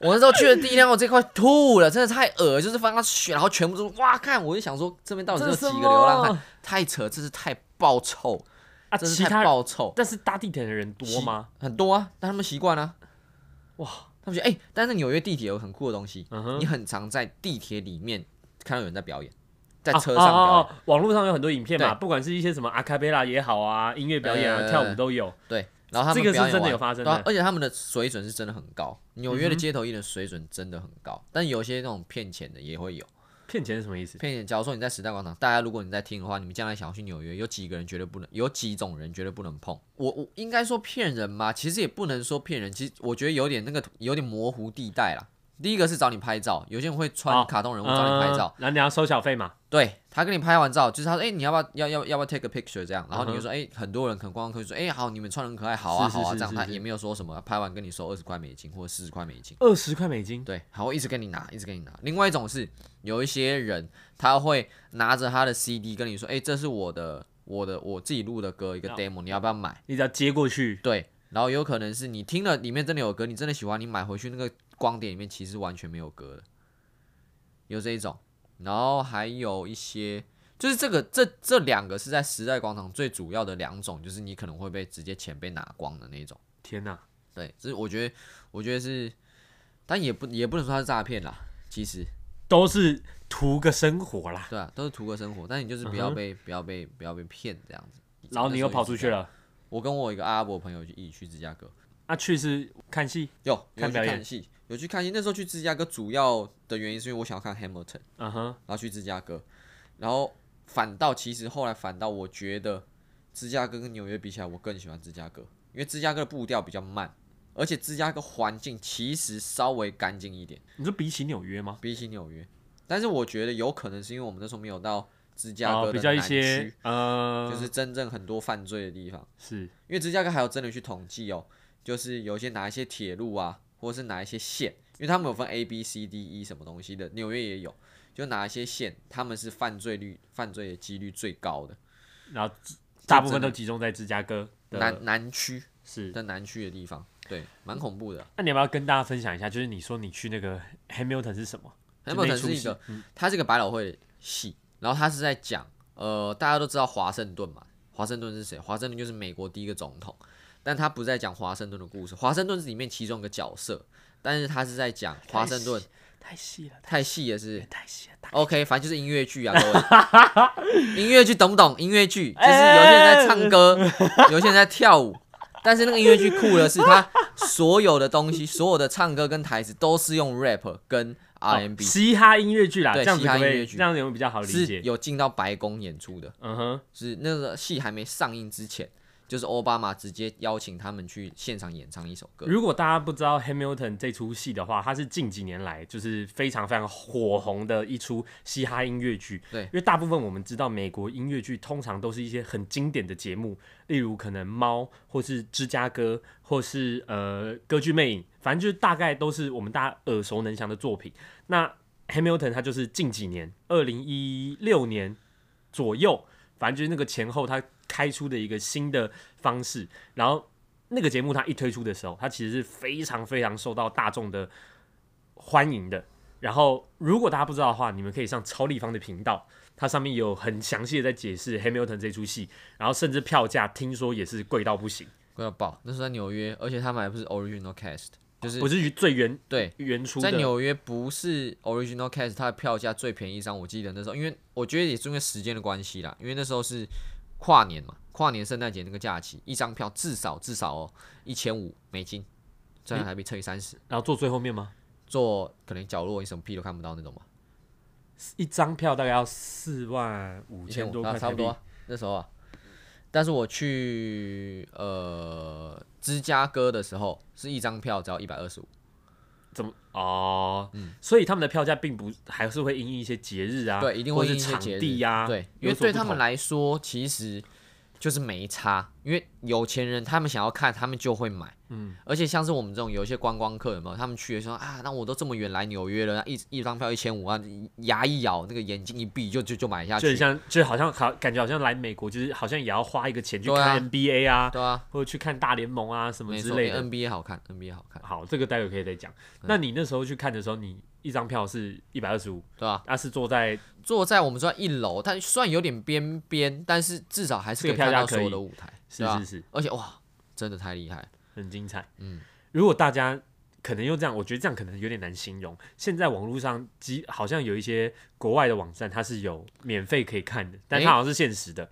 Speaker 2: 我那时候去的第一天，我这块吐了，真的太恶了，就是翻到血，然后全部都是哇，看我就想说这边到底是有
Speaker 1: 这是
Speaker 2: 几个流浪
Speaker 1: 什
Speaker 2: 汉
Speaker 1: 么，
Speaker 2: 太扯，这是太爆臭，
Speaker 1: 哦啊，
Speaker 2: 真
Speaker 1: 其
Speaker 2: 是
Speaker 1: 他
Speaker 2: 太爆臭，
Speaker 1: 但是搭地铁的人多吗？
Speaker 2: 很多啊，但他们习惯啊，
Speaker 1: 哇，
Speaker 2: 他们觉得哎、但是纽约地铁有很酷的东西，
Speaker 1: 嗯哼
Speaker 2: 你很常在地铁里面看到有人在表演，在
Speaker 1: 啊
Speaker 2: 车上表演，
Speaker 1: 啊啊啊网络上有很多影片嘛，
Speaker 2: 对
Speaker 1: 不管是一些什么阿卡贝拉也好啊，音乐表演啊、
Speaker 2: 呃
Speaker 1: 跳舞都有。
Speaker 2: 对，然后他
Speaker 1: 这
Speaker 2: 们
Speaker 1: 个是
Speaker 2: 表演
Speaker 1: 真的
Speaker 2: 完
Speaker 1: 有发生
Speaker 2: 对啊
Speaker 1: 的嗯
Speaker 2: 而且他们的水准是真的很高。纽约的街头艺人水准真的很高，但有些那种骗钱的也会有
Speaker 1: 骗钱是什么意思？
Speaker 2: 骗钱。假如说你在时代广场，大家如果你在听的话，你们将来想要去纽约，有几个人绝对不能，有几种人绝对不能碰。我我应该说骗人吗？其实也不能说骗人，其实我觉得有点那个有点模糊地带啦。第一个是找你拍照，有些人会穿
Speaker 1: 哦
Speaker 2: 卡通人物找你拍照，
Speaker 1: 嗯，然后你要收小费嘛？
Speaker 2: 对他跟你拍完照，就是他说，哎、你要不要要要要不要 take a picture 这样，然后你
Speaker 1: 嗯
Speaker 2: 就
Speaker 1: 哼
Speaker 2: 说，哎、很多人可能观光客就说，哎、好，你们穿的很可爱，好啊
Speaker 1: 是是
Speaker 2: 好啊，
Speaker 1: 是
Speaker 2: 这样
Speaker 1: 是
Speaker 2: 他
Speaker 1: 是
Speaker 2: 也没有说什么，拍完跟你收二十块美金或者四十块美金，
Speaker 1: 二十块美金，
Speaker 2: 对，还会一直跟你拿，一直跟你拿。另外一种是有一些人他会拿着他的 CD 跟你说，哎、这是我的我的我自己录的歌一个 demo，你要不要买？
Speaker 1: 你只要接过去，
Speaker 2: 对，然后有可能是你听了里面真的有歌，你真的喜欢，你买回去那个光碟里面其实完全没有歌的，有这一种。然后还有一些，就是这个这这两个是在时代广场最主要的两种，就是你可能会被直接钱被拿光的那种。
Speaker 1: 天哪，
Speaker 2: 对，这是我觉得，我觉得是，但也不也不能说它是诈骗啦，其实
Speaker 1: 都是图个生活啦，
Speaker 2: 对啊，都是图个生活，但你就是不
Speaker 1: 嗯
Speaker 2: 要
Speaker 1: 哼
Speaker 2: 被、不要被不要被骗这样子。
Speaker 1: 然后你又跑出去。了。
Speaker 2: 我跟我一个阿拉伯朋友去一起去芝加哥，
Speaker 1: 啊，去是看戏，
Speaker 2: 有有
Speaker 1: 看
Speaker 2: 去
Speaker 1: 表演
Speaker 2: 看戏，有去看戏。那时候去芝加哥主要的原因是因为我想要看 Hamilton，
Speaker 1: 嗯哼，
Speaker 2: 然后去芝加哥，然后反倒其实后来反倒我觉得芝加哥跟纽约比起来，我更喜欢芝加哥，因为芝加哥的步调比较慢，而且芝加哥环境其实稍微干净一点，
Speaker 1: 你说比起纽约吗？
Speaker 2: 比起纽约。但是我觉得有可能是因为我们那时候没有到芝加
Speaker 1: 啊
Speaker 2: 哥的
Speaker 1: 比较一
Speaker 2: 南
Speaker 1: 些
Speaker 2: 区，
Speaker 1: 呃，
Speaker 2: 就是真正很多犯罪的地方。
Speaker 1: 是
Speaker 2: 因为芝加哥还有真的去统计哦，就是有一些哪一些铁路啊，或者是哪一些线，因为他们有分 A、B、C、D、E 什么东西的，纽约也有，就哪一些线他们是犯罪率、犯罪的几率最高的
Speaker 1: 然后大部分
Speaker 2: 真的
Speaker 1: 都集中在芝加哥的，
Speaker 2: 南南区
Speaker 1: 是。
Speaker 2: 的南区的地方，对，蛮恐怖的。
Speaker 1: 那你要不要跟大家分享一下？就是你说你去那个 Hamilton 是什么？就那
Speaker 2: Hamilton
Speaker 1: 出
Speaker 2: 是一
Speaker 1: 戏嗯
Speaker 2: 个，它是一个百老汇的戏，然后它是在讲，呃，大家都知道华盛顿嘛，华盛顿是谁？华盛顿就是美国第一个总统，但他不是在讲华盛顿的故事，华盛顿是里面其中一个角色，但是他是在讲华盛顿
Speaker 1: 太细了，
Speaker 2: 太细 也是
Speaker 1: 太细了，太
Speaker 2: OK，反正就是音乐剧啊，各 位，音乐剧懂不懂？音乐剧
Speaker 1: 哎
Speaker 2: 就是有些人在唱歌，有些人在跳舞，但是那个音乐剧酷的是，它所有的东西，所有的唱歌跟台词都是用 rap 跟 R&B，、
Speaker 1: 哦嘻哈音乐剧啦，这
Speaker 2: 对
Speaker 1: 样子
Speaker 2: 嘻哈
Speaker 1: 可不可以
Speaker 2: 音乐剧
Speaker 1: 这样子会比较好理
Speaker 2: 是
Speaker 1: 解。
Speaker 2: 有进到白宫演出的，
Speaker 1: 嗯哼，
Speaker 2: 是那个戏还没上映之前，就是奥巴马直接邀请他们去现场演唱一首歌。
Speaker 1: 如果大家不知道 Hamilton 这出戏的话，它是近几年来就是非常非常火红的一出嘻哈音乐剧。
Speaker 2: 对
Speaker 1: 因为大部分我们知道美国音乐剧通常都是一些很经典的节目，例如可能《猫》或是《芝加哥》或是呃《歌剧魅影》，反正就是大概都是我们大家耳熟能详的作品。那 Hamilton 它就是近几年，二零一六年左右，反正就是那个前后它开出的一个新的方式，然后。那个节目它一推出的时候，它其实是非常非常受到大众的欢迎的。然后，如果大家不知道的话，你们可以上超立方的频道，它上面有很详细的在解释《Hamilton》这出戏，然后甚至票价听说也是贵到不行，
Speaker 2: 快要爆！那时候在纽约，而且他们还不是 original cast，就是
Speaker 1: 不是最原
Speaker 2: 对，
Speaker 1: 原初
Speaker 2: 在
Speaker 1: 哦的。
Speaker 2: 纽约不是 original cast，它的票价最便宜一张，我记得那时候，因为我觉得也是因为时间的关系啦，因为那时候是跨年嘛，跨年圣诞节那个假期，一张票至少至少哦一千五美金，这样台币乘以三十，
Speaker 1: 然后坐最后面吗？
Speaker 2: 坐可能角落你什么屁都看不到那种嘛，
Speaker 1: 一张票大概要四万五
Speaker 2: 一千
Speaker 1: 千
Speaker 2: 五
Speaker 1: 多
Speaker 2: 啊
Speaker 1: 块，
Speaker 2: 差
Speaker 1: 台
Speaker 2: 不
Speaker 1: 币
Speaker 2: 多啊、。那时候啊。但是我去呃芝加哥的时候，是一张票只要一百二十五，
Speaker 1: 怎么哦？
Speaker 2: 嗯
Speaker 1: 所以他们的票价并不还是会因应一些节日啊，
Speaker 2: 对，一定
Speaker 1: 或
Speaker 2: 会
Speaker 1: 是
Speaker 2: 因一些
Speaker 1: 场
Speaker 2: 节日
Speaker 1: 地呀、
Speaker 2: 对，因
Speaker 1: 有
Speaker 2: 为
Speaker 1: 所
Speaker 2: 对
Speaker 1: 不
Speaker 2: 他们
Speaker 1: 同啊
Speaker 2: 来说，其实就是没差，因为有钱人他们想要看，他们就会买。嗯，而且像是我们这种有一些观光客，有没有？他们去的时候啊，那我都这么远来纽约了，那一一张票一千五啊，牙一咬，那个眼睛一闭就就就买下
Speaker 1: 就很
Speaker 2: 去。
Speaker 1: 像，就好像好感觉好像来美国，就是好像也要花一个钱去
Speaker 2: 对啊
Speaker 1: 看 NBA 啊，
Speaker 2: 对啊，
Speaker 1: 或者去看大联盟啊什么
Speaker 2: 没
Speaker 1: 之
Speaker 2: 错
Speaker 1: 类的。
Speaker 2: ，NBA 好看，NBA 好看，
Speaker 1: 好，这个待会可以再讲。
Speaker 2: 嗯
Speaker 1: 那你那时候去看的时候，你一张票是一百二十五，
Speaker 2: 对啊吧、
Speaker 1: 那是坐在
Speaker 2: 坐在我们算一楼，它虽然有点边边，但是至少还是
Speaker 1: 这个
Speaker 2: 可以
Speaker 1: 票
Speaker 2: 看
Speaker 1: 价
Speaker 2: 到
Speaker 1: 可
Speaker 2: 所有
Speaker 1: 以
Speaker 2: 的舞台，
Speaker 1: 是
Speaker 2: 对啊吧、
Speaker 1: 是是，
Speaker 2: 而且哇，真的太厉害了。
Speaker 1: 很精彩。
Speaker 2: 嗯，
Speaker 1: 如果大家可能又这样，我觉得这样可能有点难形容。现在网络上几好像有一些国外的网站，它是有免费可以看的，但它
Speaker 2: 诶
Speaker 1: 好像是限时的。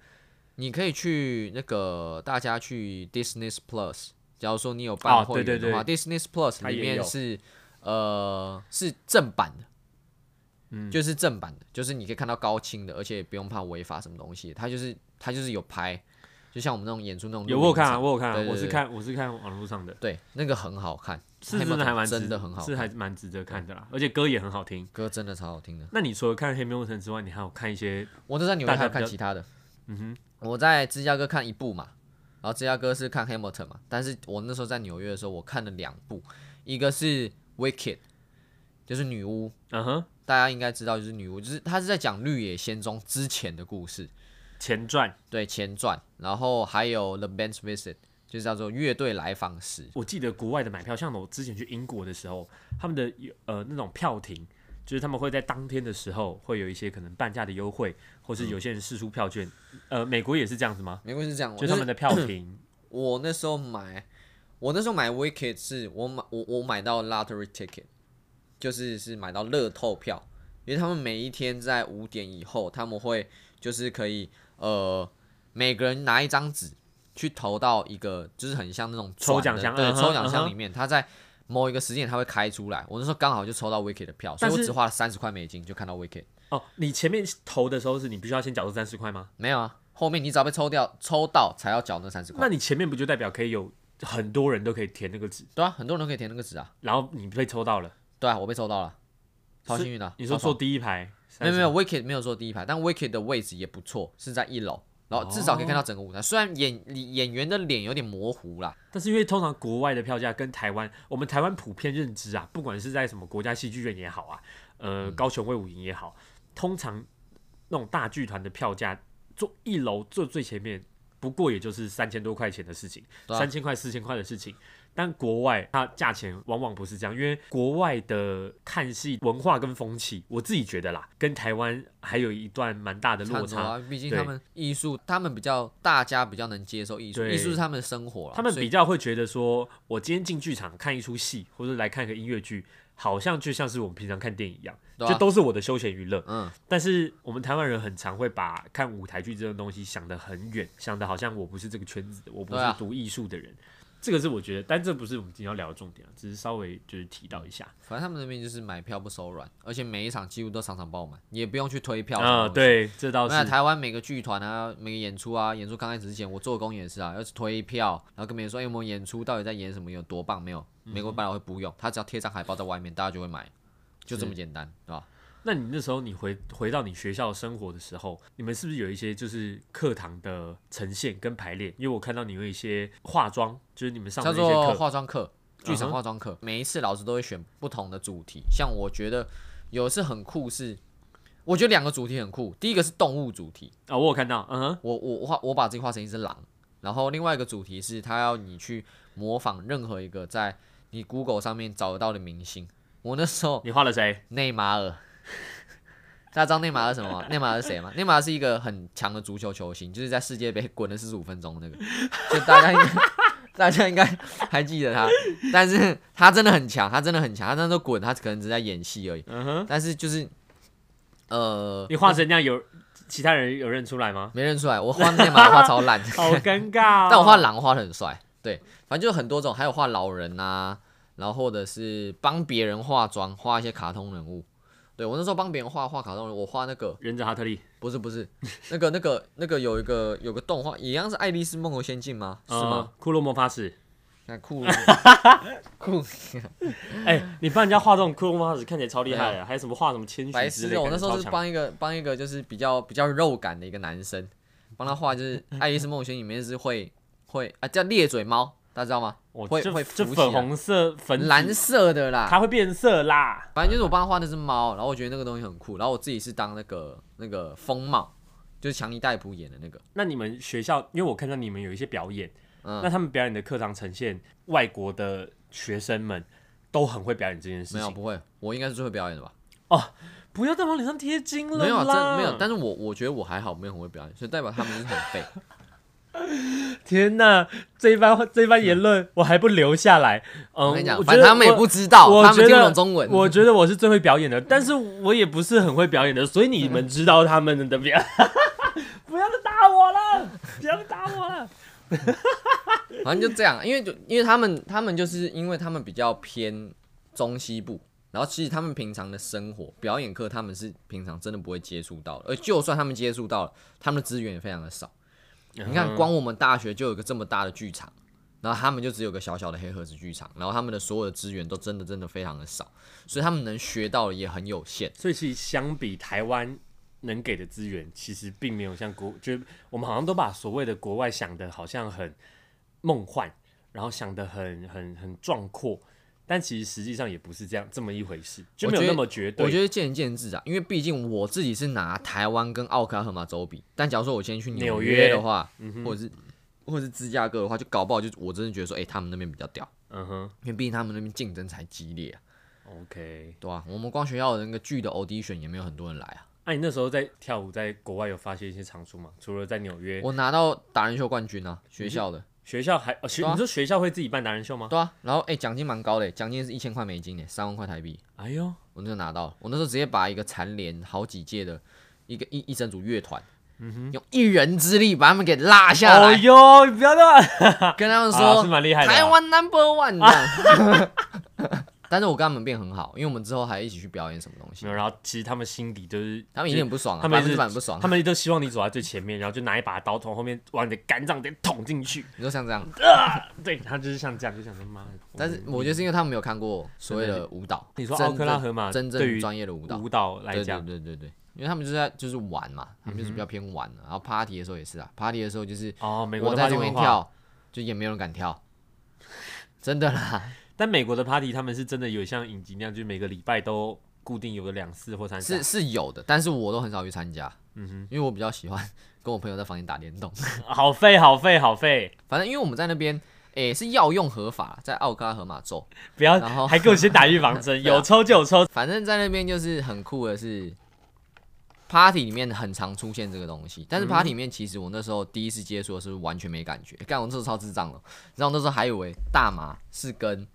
Speaker 2: 你可以去那个大家去 Disney Plus，假如说你有
Speaker 1: 哦
Speaker 2: 办会
Speaker 1: 对
Speaker 2: 员
Speaker 1: 对
Speaker 2: 的话、d i s n e y Plus
Speaker 1: 它也
Speaker 2: 里
Speaker 1: 有
Speaker 2: 面是呃是正版的，嗯，就是正版的，就是你可以看到高清的，而且也不用怕违法什么东西，它就是它就是有拍，就像我们那种演出那种
Speaker 1: 有
Speaker 2: 录
Speaker 1: 我有
Speaker 2: 影
Speaker 1: 看啊，
Speaker 2: 场
Speaker 1: 我有看啊
Speaker 2: 对，对
Speaker 1: 我是
Speaker 2: 对
Speaker 1: 看我是看网络上的，
Speaker 2: 对那个很好看，
Speaker 1: 是真的还蛮
Speaker 2: Hamilton
Speaker 1: 值
Speaker 2: 真的很好
Speaker 1: 是
Speaker 2: 看，
Speaker 1: 还蛮值得看的啦，而且歌也很好听。
Speaker 2: 歌真的超好听的。
Speaker 1: 那你除了看《黑名城》之外，你还有看一些
Speaker 2: 我都在纽
Speaker 1: 大家
Speaker 2: 约还有
Speaker 1: 比
Speaker 2: 看
Speaker 1: 较
Speaker 2: 其他的，
Speaker 1: 嗯哼，
Speaker 2: 我在芝加哥看一部嘛，然后芝加哥是看 Hamilton 嘛，但是我那时候在纽约的时候，我看了两部，一个是 Wicked，就是女巫，
Speaker 1: 嗯哼
Speaker 2: 大家应该知道，就是女巫，就是她是在讲《绿野仙踪》之前的故事，
Speaker 1: 前传
Speaker 2: 对前传，然后还有 The Bench Visit，就是叫做乐队来访时。
Speaker 1: 我记得国外的买票，像我之前去英国的时候，他们的有呃那种票亭，就是他们会在当天的时候会有一些可能半价的优惠，或
Speaker 2: 嗯
Speaker 1: 是有些人试出票券。呃，美国也是这样子吗？
Speaker 2: 美国是这样，我
Speaker 1: 就是他们的票亭，
Speaker 2: 我那时候买，我那时候买 Wicked 是我买我我买到 lottery ticket，就是是买到乐透票，因为他们每一天在五点以后，他们会就是可以呃每个人拿一张纸去投到一个就是很像那种
Speaker 1: 抽奖
Speaker 2: 转的
Speaker 1: 箱
Speaker 2: 对
Speaker 1: 嗯，哼
Speaker 2: 抽奖
Speaker 1: 嗯
Speaker 2: 箱
Speaker 1: 哼
Speaker 2: 里面，他在某一个时间他会开出来。我那时候刚好就抽到 Wicked 的票，所以我
Speaker 1: 但是
Speaker 2: 只花了三十块美金就看到 Wicked，
Speaker 1: 哦，你前面投的时候是你必须要先缴出三十块吗？
Speaker 2: 没有啊，后面你只要被抽掉抽到才要缴那三十块
Speaker 1: 那。你前面不就代表可以有很多人都可以填那个纸，
Speaker 2: 对啊，很多人都可以填那个纸啊。
Speaker 1: 然后你被抽到了？
Speaker 2: 对啊，我被抽到了，超
Speaker 1: 是
Speaker 2: 幸运的。
Speaker 1: 你说
Speaker 2: 超爽
Speaker 1: 坐第一排？
Speaker 2: 哦没有没
Speaker 1: 有，
Speaker 2: 有，Wicked 没有坐第一排，但 Wicked 的位置也不错，是在一楼，然后至少可以
Speaker 1: 哦
Speaker 2: 看到整个舞台。虽然演演员的脸有点模糊啦，
Speaker 1: 但是因为通常国外的票价跟台湾，我们台湾普遍认知啊，不管是在什么国家戏剧院也好啊，
Speaker 2: 嗯
Speaker 1: 呃，高雄卫武营也好，通常那种大剧团的票价，坐一楼坐最前面，不过也就是三千多块钱的事情，
Speaker 2: 对啊
Speaker 1: 三千块四千块的事情。但国外它价钱往往不是这样，因为国外的看戏文化跟风气，我自己觉得啦，跟台湾还有一段蛮大的
Speaker 2: 看
Speaker 1: 落
Speaker 2: 出
Speaker 1: 差。
Speaker 2: 啊，毕竟
Speaker 1: 对
Speaker 2: 他们艺术，他们比较大家比较能接受艺术，
Speaker 1: 对
Speaker 2: 艺术是他们的生活啦，
Speaker 1: 他们
Speaker 2: 所以
Speaker 1: 比较会觉得说，我今天进剧场看一出戏，或者来看个音乐剧，好像就像是我们平常看电影一样，
Speaker 2: 对啊
Speaker 1: 就都是我的休闲娱乐。
Speaker 2: 嗯，
Speaker 1: 但是我们台湾人很常会把看舞台剧这种东西想得很远，想得好像我不是这个圈子的，我不
Speaker 2: 对
Speaker 1: 是
Speaker 2: 啊
Speaker 1: 读艺术的人。这个是我觉得，但这不是我们今天要聊的重点啊，只是稍微就是提到一下。
Speaker 2: 反正他们那边就是买票不手软，而且每一场几乎都场场爆满，你也不用去推票
Speaker 1: 啊、
Speaker 2: 什么东西。
Speaker 1: 对，这倒
Speaker 2: 那
Speaker 1: 是。
Speaker 2: 台湾每个剧团啊，每个演出啊，演出刚开始之前，我做工也是啊，要去推票，然后跟别人说，哎、我们演出到底在演什么，有多棒没有？
Speaker 1: 嗯
Speaker 2: 美国百老汇不用，他只要贴张海报在外面，大家就会买，就这么简单，对吧？
Speaker 1: 那你那时候你回回到你学校生活的时候，你们是不是有一些就是课堂的呈现跟排练？因为我看到你有一些化妆，就是你们上的
Speaker 2: 叫
Speaker 1: 一些课
Speaker 2: 做化妆课，剧
Speaker 1: 嗯
Speaker 2: 场
Speaker 1: 哼
Speaker 2: 化妆课每一次老师都会选不同的主题，像我觉得有一次很酷是，我觉得两个主题很酷，第一个是动物主题，
Speaker 1: 啊、我有看到，嗯哼，
Speaker 2: 我我我画我把自己画成一只狼，然后另外一个主题是他要你去模仿任何一个在你 Google 上面找得到的明星。我那时候
Speaker 1: 你画了 谁？
Speaker 2: 内马尔， 大家知道内马尔是什么吗？内马尔是谁吗？内马尔是一个很强的足球球星，就是在世界杯 滚了四十五分钟的那个，就大家应该大家应该还记得他，但是他真的很强，他真的很强，他那时候滚，他可能只是在演戏而已，
Speaker 1: 嗯哼，
Speaker 2: 但是就是呃，
Speaker 1: 你画成那样有其他人有认出来吗？
Speaker 2: 没认出来，我画内马尔画超烂。。
Speaker 1: 好尴尬、哦
Speaker 2: 但我画，狼画的很帅，对，反正就很多种，还有画老人啊，然后或者是帮别人化妆，画一些卡通人物。对我那时候帮别人画画卡通人物，我画那个
Speaker 1: 忍者哈特利，
Speaker 2: 不是不是那个那个那个有一个有个动画，一样是《爱丽丝梦游仙境》吗？是吗？
Speaker 1: 呃？骷髅魔法使，
Speaker 2: 那酷酷
Speaker 1: 哎、你帮人家画这种骷髅魔法使，看起来超厉害啊 的，还有什么画什么千
Speaker 2: 白
Speaker 1: 寻之类
Speaker 2: 痴
Speaker 1: 的，
Speaker 2: 哦！我那时候
Speaker 1: 感觉超
Speaker 2: 是
Speaker 1: 强
Speaker 2: 帮一个帮一个就是比较比较肉感的一个男生，帮他画就是《爱丽丝梦游仙境》里面是会会啊叫裂嘴猫，大家知道吗？
Speaker 1: 哦
Speaker 2: 会
Speaker 1: 这
Speaker 2: 会
Speaker 1: 这
Speaker 2: 浮起
Speaker 1: 粉
Speaker 2: 来
Speaker 1: 红色粉
Speaker 2: 蓝，色的啦，
Speaker 1: 它会变色啦。
Speaker 2: 反正就是我帮他画那只猫，然后我觉得那个东西很酷，然后我自己是当那个那个风帽，就是强尼戴普演的那个，
Speaker 1: 那你们学校，因为我看到你们有一些表演，
Speaker 2: 嗯
Speaker 1: 那他们表演的课堂呈现，外国的学生们都很会表演这件事
Speaker 2: 没有
Speaker 1: 情。
Speaker 2: 不会，我应该是最会表演的吧？
Speaker 1: 不要再往脸上贴金了啦，
Speaker 2: 没有啊，真没有，但是我我觉得我还好，没有很会表演，所以代表他们就是很 废。
Speaker 1: 天呐，这一番这一番言论我还不留下来。嗯，
Speaker 2: 我跟你讲，
Speaker 1: 我觉
Speaker 2: 反
Speaker 1: 得
Speaker 2: 正他们也
Speaker 1: 我
Speaker 2: 不知道，
Speaker 1: 我
Speaker 2: 他
Speaker 1: 觉
Speaker 2: 们
Speaker 1: 得
Speaker 2: 听不懂中文。
Speaker 1: 我觉得我是最会表演的，但是我也不是很会表演的，所以你们知道他们的表。 不要再打我了！不要再打我了！
Speaker 2: 反正就这样，因为就因为他们他们就是因为他们比较偏中西部，然后其实他们平常的生活表演课他们是平常真的不会接触到的，而就算他们接触到了，他们的资源也非常的少。你看，光我们大学就有个这么大的剧场，然后他们就只有个小小的黑盒子剧场，然后他们的所有的资源都真的真的非常的少，所以他们能学到的也很有限。
Speaker 1: 所以其实相比台湾能给的资源，其实并没有像国，就是我们好像都把所谓的国外想的好像很梦幻，然后想的很很很壮阔，但其实实际上也不是这样这么一回事，就没有那么绝对。
Speaker 2: 我觉得见仁见智啊，因为毕竟我自己是拿台湾跟奥克拉荷马州比，但假如说我今天去纽
Speaker 1: 纽
Speaker 2: 约
Speaker 1: 约嗯
Speaker 2: 的话，或者是或者是芝加哥的话，就搞不好就我真的觉得说，哎、他们那边比较屌，
Speaker 1: 嗯哼
Speaker 2: 因为毕竟他们那边竞争才激烈啊，
Speaker 1: ，OK。
Speaker 2: 对啊，我们光学校的那个剧的 audition 也没有很多人来啊。
Speaker 1: 那、你那时候在跳舞，在国外有发现一些长处吗？除了在纽约，
Speaker 2: 我拿到达人秀冠军啊，学校的，
Speaker 1: 学校还哦学、
Speaker 2: 对啊
Speaker 1: 你说学校会自己办达人秀吗？
Speaker 2: 对啊，然后哎，奖、金蛮高的，奖金是一千块美金呢，三万块台币，
Speaker 1: 哎呦，
Speaker 2: 我那时候拿到了，我那时候直接把一个蝉联好几届的一个一一整组乐团，用一人之力把他们给拉下
Speaker 1: 嗯哦
Speaker 2: 来，
Speaker 1: 呦，你不要乱，
Speaker 2: 跟他们
Speaker 1: 啊
Speaker 2: 说
Speaker 1: 是蛮厉害的啊
Speaker 2: 台湾 number one 这样。 但是我跟他们变很好，因为我们之后还一起去表演什么东西
Speaker 1: 没有，，然后其实他们心底就是
Speaker 2: 他们一定很不爽、啊，
Speaker 1: 他们
Speaker 2: 百
Speaker 1: 也
Speaker 2: 分
Speaker 1: 是
Speaker 2: 之百很不爽
Speaker 1: 他。们都希望你走在最前面，然后就拿一把刀从后面往你的肝脏给捅进去。
Speaker 2: 你说像这样，
Speaker 1: 对他就是像这样，就想说妈的。
Speaker 2: 但是我觉得是因为他们没有看过所谓的舞蹈，
Speaker 1: 你说
Speaker 2: 真
Speaker 1: 奥克拉荷马
Speaker 2: 真
Speaker 1: 对
Speaker 2: 正
Speaker 1: 于
Speaker 2: 专业的舞蹈，
Speaker 1: 舞蹈来
Speaker 2: 对对
Speaker 1: 讲，
Speaker 2: 对对对，因为他们就是在就是玩嘛，他们就是比较偏玩啊的、然后 party 的时候也是啊，party 的时候就是
Speaker 1: 哦，嗯美国
Speaker 2: 我
Speaker 1: 的
Speaker 2: 在
Speaker 1: party
Speaker 2: 中间
Speaker 1: 文化，
Speaker 2: 跳，就也没有人敢跳，真的啦，
Speaker 1: 但美国的 party 他们是真的有像影集那样，就是每个礼拜都固定有个两次或三次啊
Speaker 2: 是。是有的，但是我都很少去参加，
Speaker 1: 嗯哼，
Speaker 2: 因为我比较喜欢跟我朋友在房间打联动。
Speaker 1: 好废，好废，好废！
Speaker 2: 反正因为我们在那边，诶、是药用合法，在奥克拉荷马州，
Speaker 1: 不 要
Speaker 2: 然后
Speaker 1: 还给我先打预防 针，
Speaker 2: 对啊
Speaker 1: 有抽就有抽。
Speaker 2: 反正在那边就是很酷的是，party 里面很常出现这个东西。
Speaker 1: 嗯
Speaker 2: 但是 party 里面其实我那时候第一次接触的时候完全没感觉，干、我那时候超智障了。然后那时候还以为大麻是跟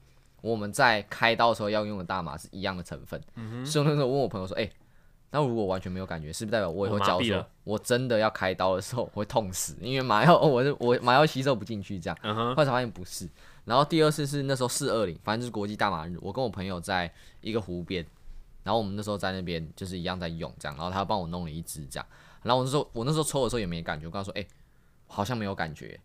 Speaker 2: 我们在开刀的时候要用的大麻是一样的成分，
Speaker 1: 嗯
Speaker 2: 所以我那时候问我朋友说：“哎、那如果完全没有感觉，是不是代表我以后
Speaker 1: 我麻
Speaker 2: 教
Speaker 1: 痹
Speaker 2: 授
Speaker 1: 了
Speaker 2: 我真的要开刀的时候我会痛死？因为麻药我是我麻药吸收不进去这样。”
Speaker 1: 嗯哼，
Speaker 2: 后来才发现不是。然后第二次是那时候四二零，反正就是国际大麻日，我跟我朋友在一个湖边，然后我们那时候在那边就是一样在用这样，然后他帮我弄了一支这样，然后我那时候我那时候抽的时候也没感觉，我跟他说，哎、好像没有感觉。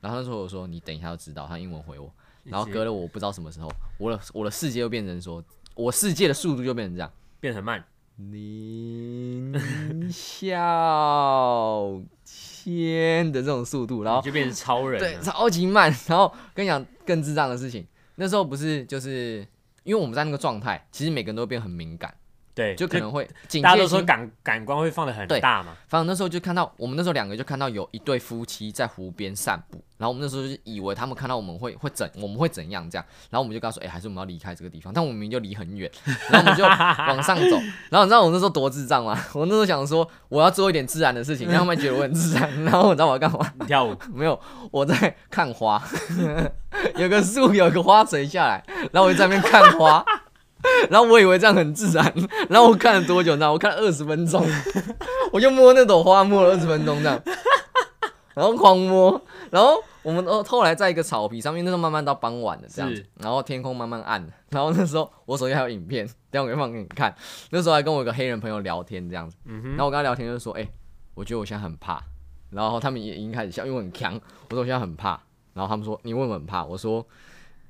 Speaker 2: 然后那时候我说你等一下就知道，他英文回我，然后隔了我不知道什么时候，我的我的世界又变成说，我世界的速度就变成这样，
Speaker 1: 变很慢。
Speaker 2: 林笑天的这种速度，然后
Speaker 1: 你就变成超人
Speaker 2: 对，
Speaker 1: 了。
Speaker 2: 超级慢。然后跟你讲更智障的事情，那时候不是就是因为我们在那个状态，其实每个人都会变很敏感，
Speaker 1: 对，
Speaker 2: 就可能会警
Speaker 1: 大家都
Speaker 2: 戒
Speaker 1: 说
Speaker 2: 心。
Speaker 1: 感感官会放的很
Speaker 2: 对
Speaker 1: 大嘛。
Speaker 2: 反正那时候就看到我们那时候两个就看到有一对夫妻在湖边散步，然后我们那时候就以为他们看到我们会会怎我们会怎样这样，然后我们就跟他说，哎、还是我们要离开这个地方，但我们明明就离很远，然后我们就往上走。然后你知道我那时候多智障吗？我那时候想说我要做一点自然的 事情，让他们觉得我很自然。然后你知道我要干嘛？
Speaker 1: 你跳 舞，
Speaker 2: 没有，我在看花， 有个树有个花垂下来，然后我就在那边看花，然后我以为这样很自然，然后我看了多久呢？我看了二十分钟， 我就摸那朵花摸了二十分钟这样，然后狂摸，然后我们哦后来在一个草皮上面，那时候慢慢到傍晚了这样子
Speaker 1: 是，
Speaker 2: 然后天空慢慢暗了，然后那时候我手机还有影片，等一下我可以放给你看，那时候还跟我一个黑人朋友聊天这样子，
Speaker 1: 嗯
Speaker 2: 然后我跟他聊天就说，哎、我觉得我现在很怕。然后他们也已经开始笑，因为我很强。我说我现在很怕，然后他们说你为什么很怕？我说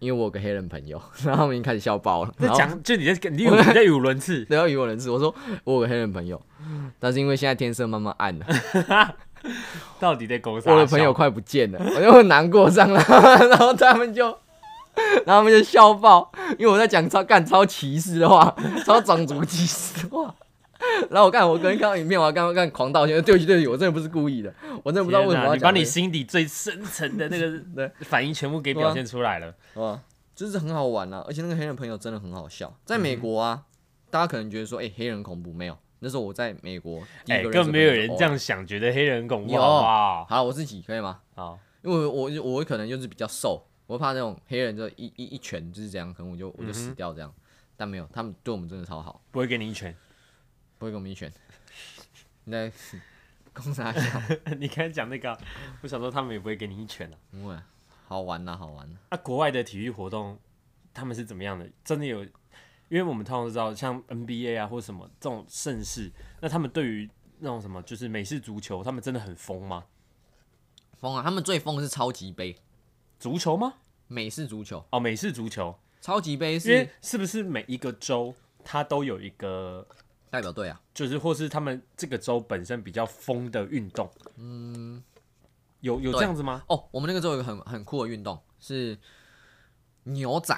Speaker 2: 因为我有个黑人朋友， 然后他们已经开始笑爆 了。
Speaker 1: 那
Speaker 2: 然后
Speaker 1: 讲就你在你有你在语无伦次，
Speaker 2: 然后语无伦次，我说我有个黑人朋友，但是因为现在天色慢慢暗了，
Speaker 1: 到底在狗啥？
Speaker 2: 我的朋友快不见了，我就很难过这样，然后 然后他们就。然后他们就笑爆，因为我在讲超干超歧视的话，超种族歧视的话。 然后我看我跟人看到影片，我还刚刚看狂道歉，对不起对不起，我真的不是故意的，我真的不知道为什么
Speaker 1: 天
Speaker 2: 要
Speaker 1: 哪
Speaker 2: 讲
Speaker 1: 你把你
Speaker 2: 这个
Speaker 1: 心底最深层的那
Speaker 2: 对
Speaker 1: 个反应全部给表现出来了。
Speaker 2: 啊，就是很好玩啦、啊而且那个黑人朋友真的很好笑。
Speaker 1: 嗯
Speaker 2: 在美国啊，大家可能觉得说，哎、黑人恐怖没有？那时候我在美国， 第一
Speaker 1: 哎，
Speaker 2: 个认识
Speaker 1: 更没有人
Speaker 2: 朋友
Speaker 1: 这样想，觉得黑人恐怖
Speaker 2: 有
Speaker 1: 好不好？
Speaker 2: 好，我自己可以吗？
Speaker 1: 好，
Speaker 2: 因为我我我可能就是比较瘦，我会怕那种黑人就一一一拳就是这样，可能我就我就死掉这样。
Speaker 1: 嗯
Speaker 2: 但没有，他们对我们真的超好，
Speaker 1: 不会给你一拳。
Speaker 2: 不会给我们一拳。你 在攻啥笑？
Speaker 1: 你刚才讲那个啊，我想说他们也不会给你一拳啊。
Speaker 2: 不会，好玩啊啦、好玩啦、
Speaker 1: 那国外的体育活动他们是怎么样的？真的有？因为我们通常都知道，像 NBA 啊或什么这种盛世，那他们对于那种什么就是美式足球，他们真的很疯吗？
Speaker 2: 疯啊！他们最疯的是超级杯，
Speaker 1: 足球吗？
Speaker 2: 美式足球，
Speaker 1: 哦，美式足球，
Speaker 2: 超级杯
Speaker 1: 因为
Speaker 2: 是
Speaker 1: 是不是每一个州它都有一个，
Speaker 2: 代表队啊。
Speaker 1: 就是或是他们这个州本身比较疯的运动？嗯，有有
Speaker 2: 对
Speaker 1: 这样子吗？
Speaker 2: 哦，我们那个时候有一个很很酷的运动是牛仔，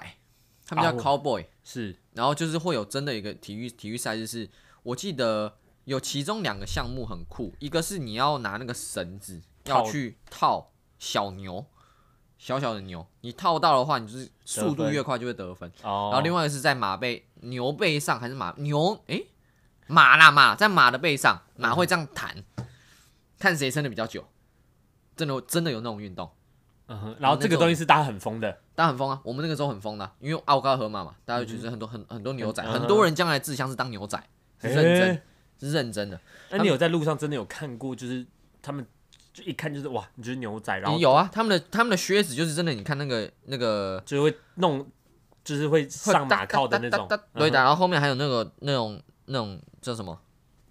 Speaker 2: 他们
Speaker 1: 啊
Speaker 2: 叫
Speaker 1: 我
Speaker 2: cowboy，、
Speaker 1: 是，
Speaker 2: 然后就是会有真的有一个体育体育赛事是，我记得有其中两个项目很酷，一个是你要拿那个绳子要
Speaker 1: 套
Speaker 2: 去套小牛，小小的牛，你套到的话，你就是速度
Speaker 1: 分
Speaker 2: 越快就会得分。
Speaker 1: 哦，
Speaker 2: 然后另外一个是在马背牛背上还是马牛诶、马啦马在马的背上，马会这样弹，看谁撑的比较久。真的真的有那种运动，
Speaker 1: 嗯哼，然后这个东西是大家很疯的，
Speaker 2: 当然很疯啊！我们那个时候很疯的啊、因为奥高河马嘛，大家就是很多很很多牛仔，
Speaker 1: 嗯哎
Speaker 2: 很多人将来志向是当牛仔，是认
Speaker 1: 诶
Speaker 2: 真，是认真的。
Speaker 1: 那你有在路上真的有看过，就是他们就一看就是哇，你就是牛仔，然后
Speaker 2: 有啊，他们的他们的靴子就是真的，你看那个那个
Speaker 1: 就会弄，就是会
Speaker 2: 会
Speaker 1: 上马靠的那种嗯
Speaker 2: 哒哒哒哒对的，然后后面还有那个那种那种叫什么，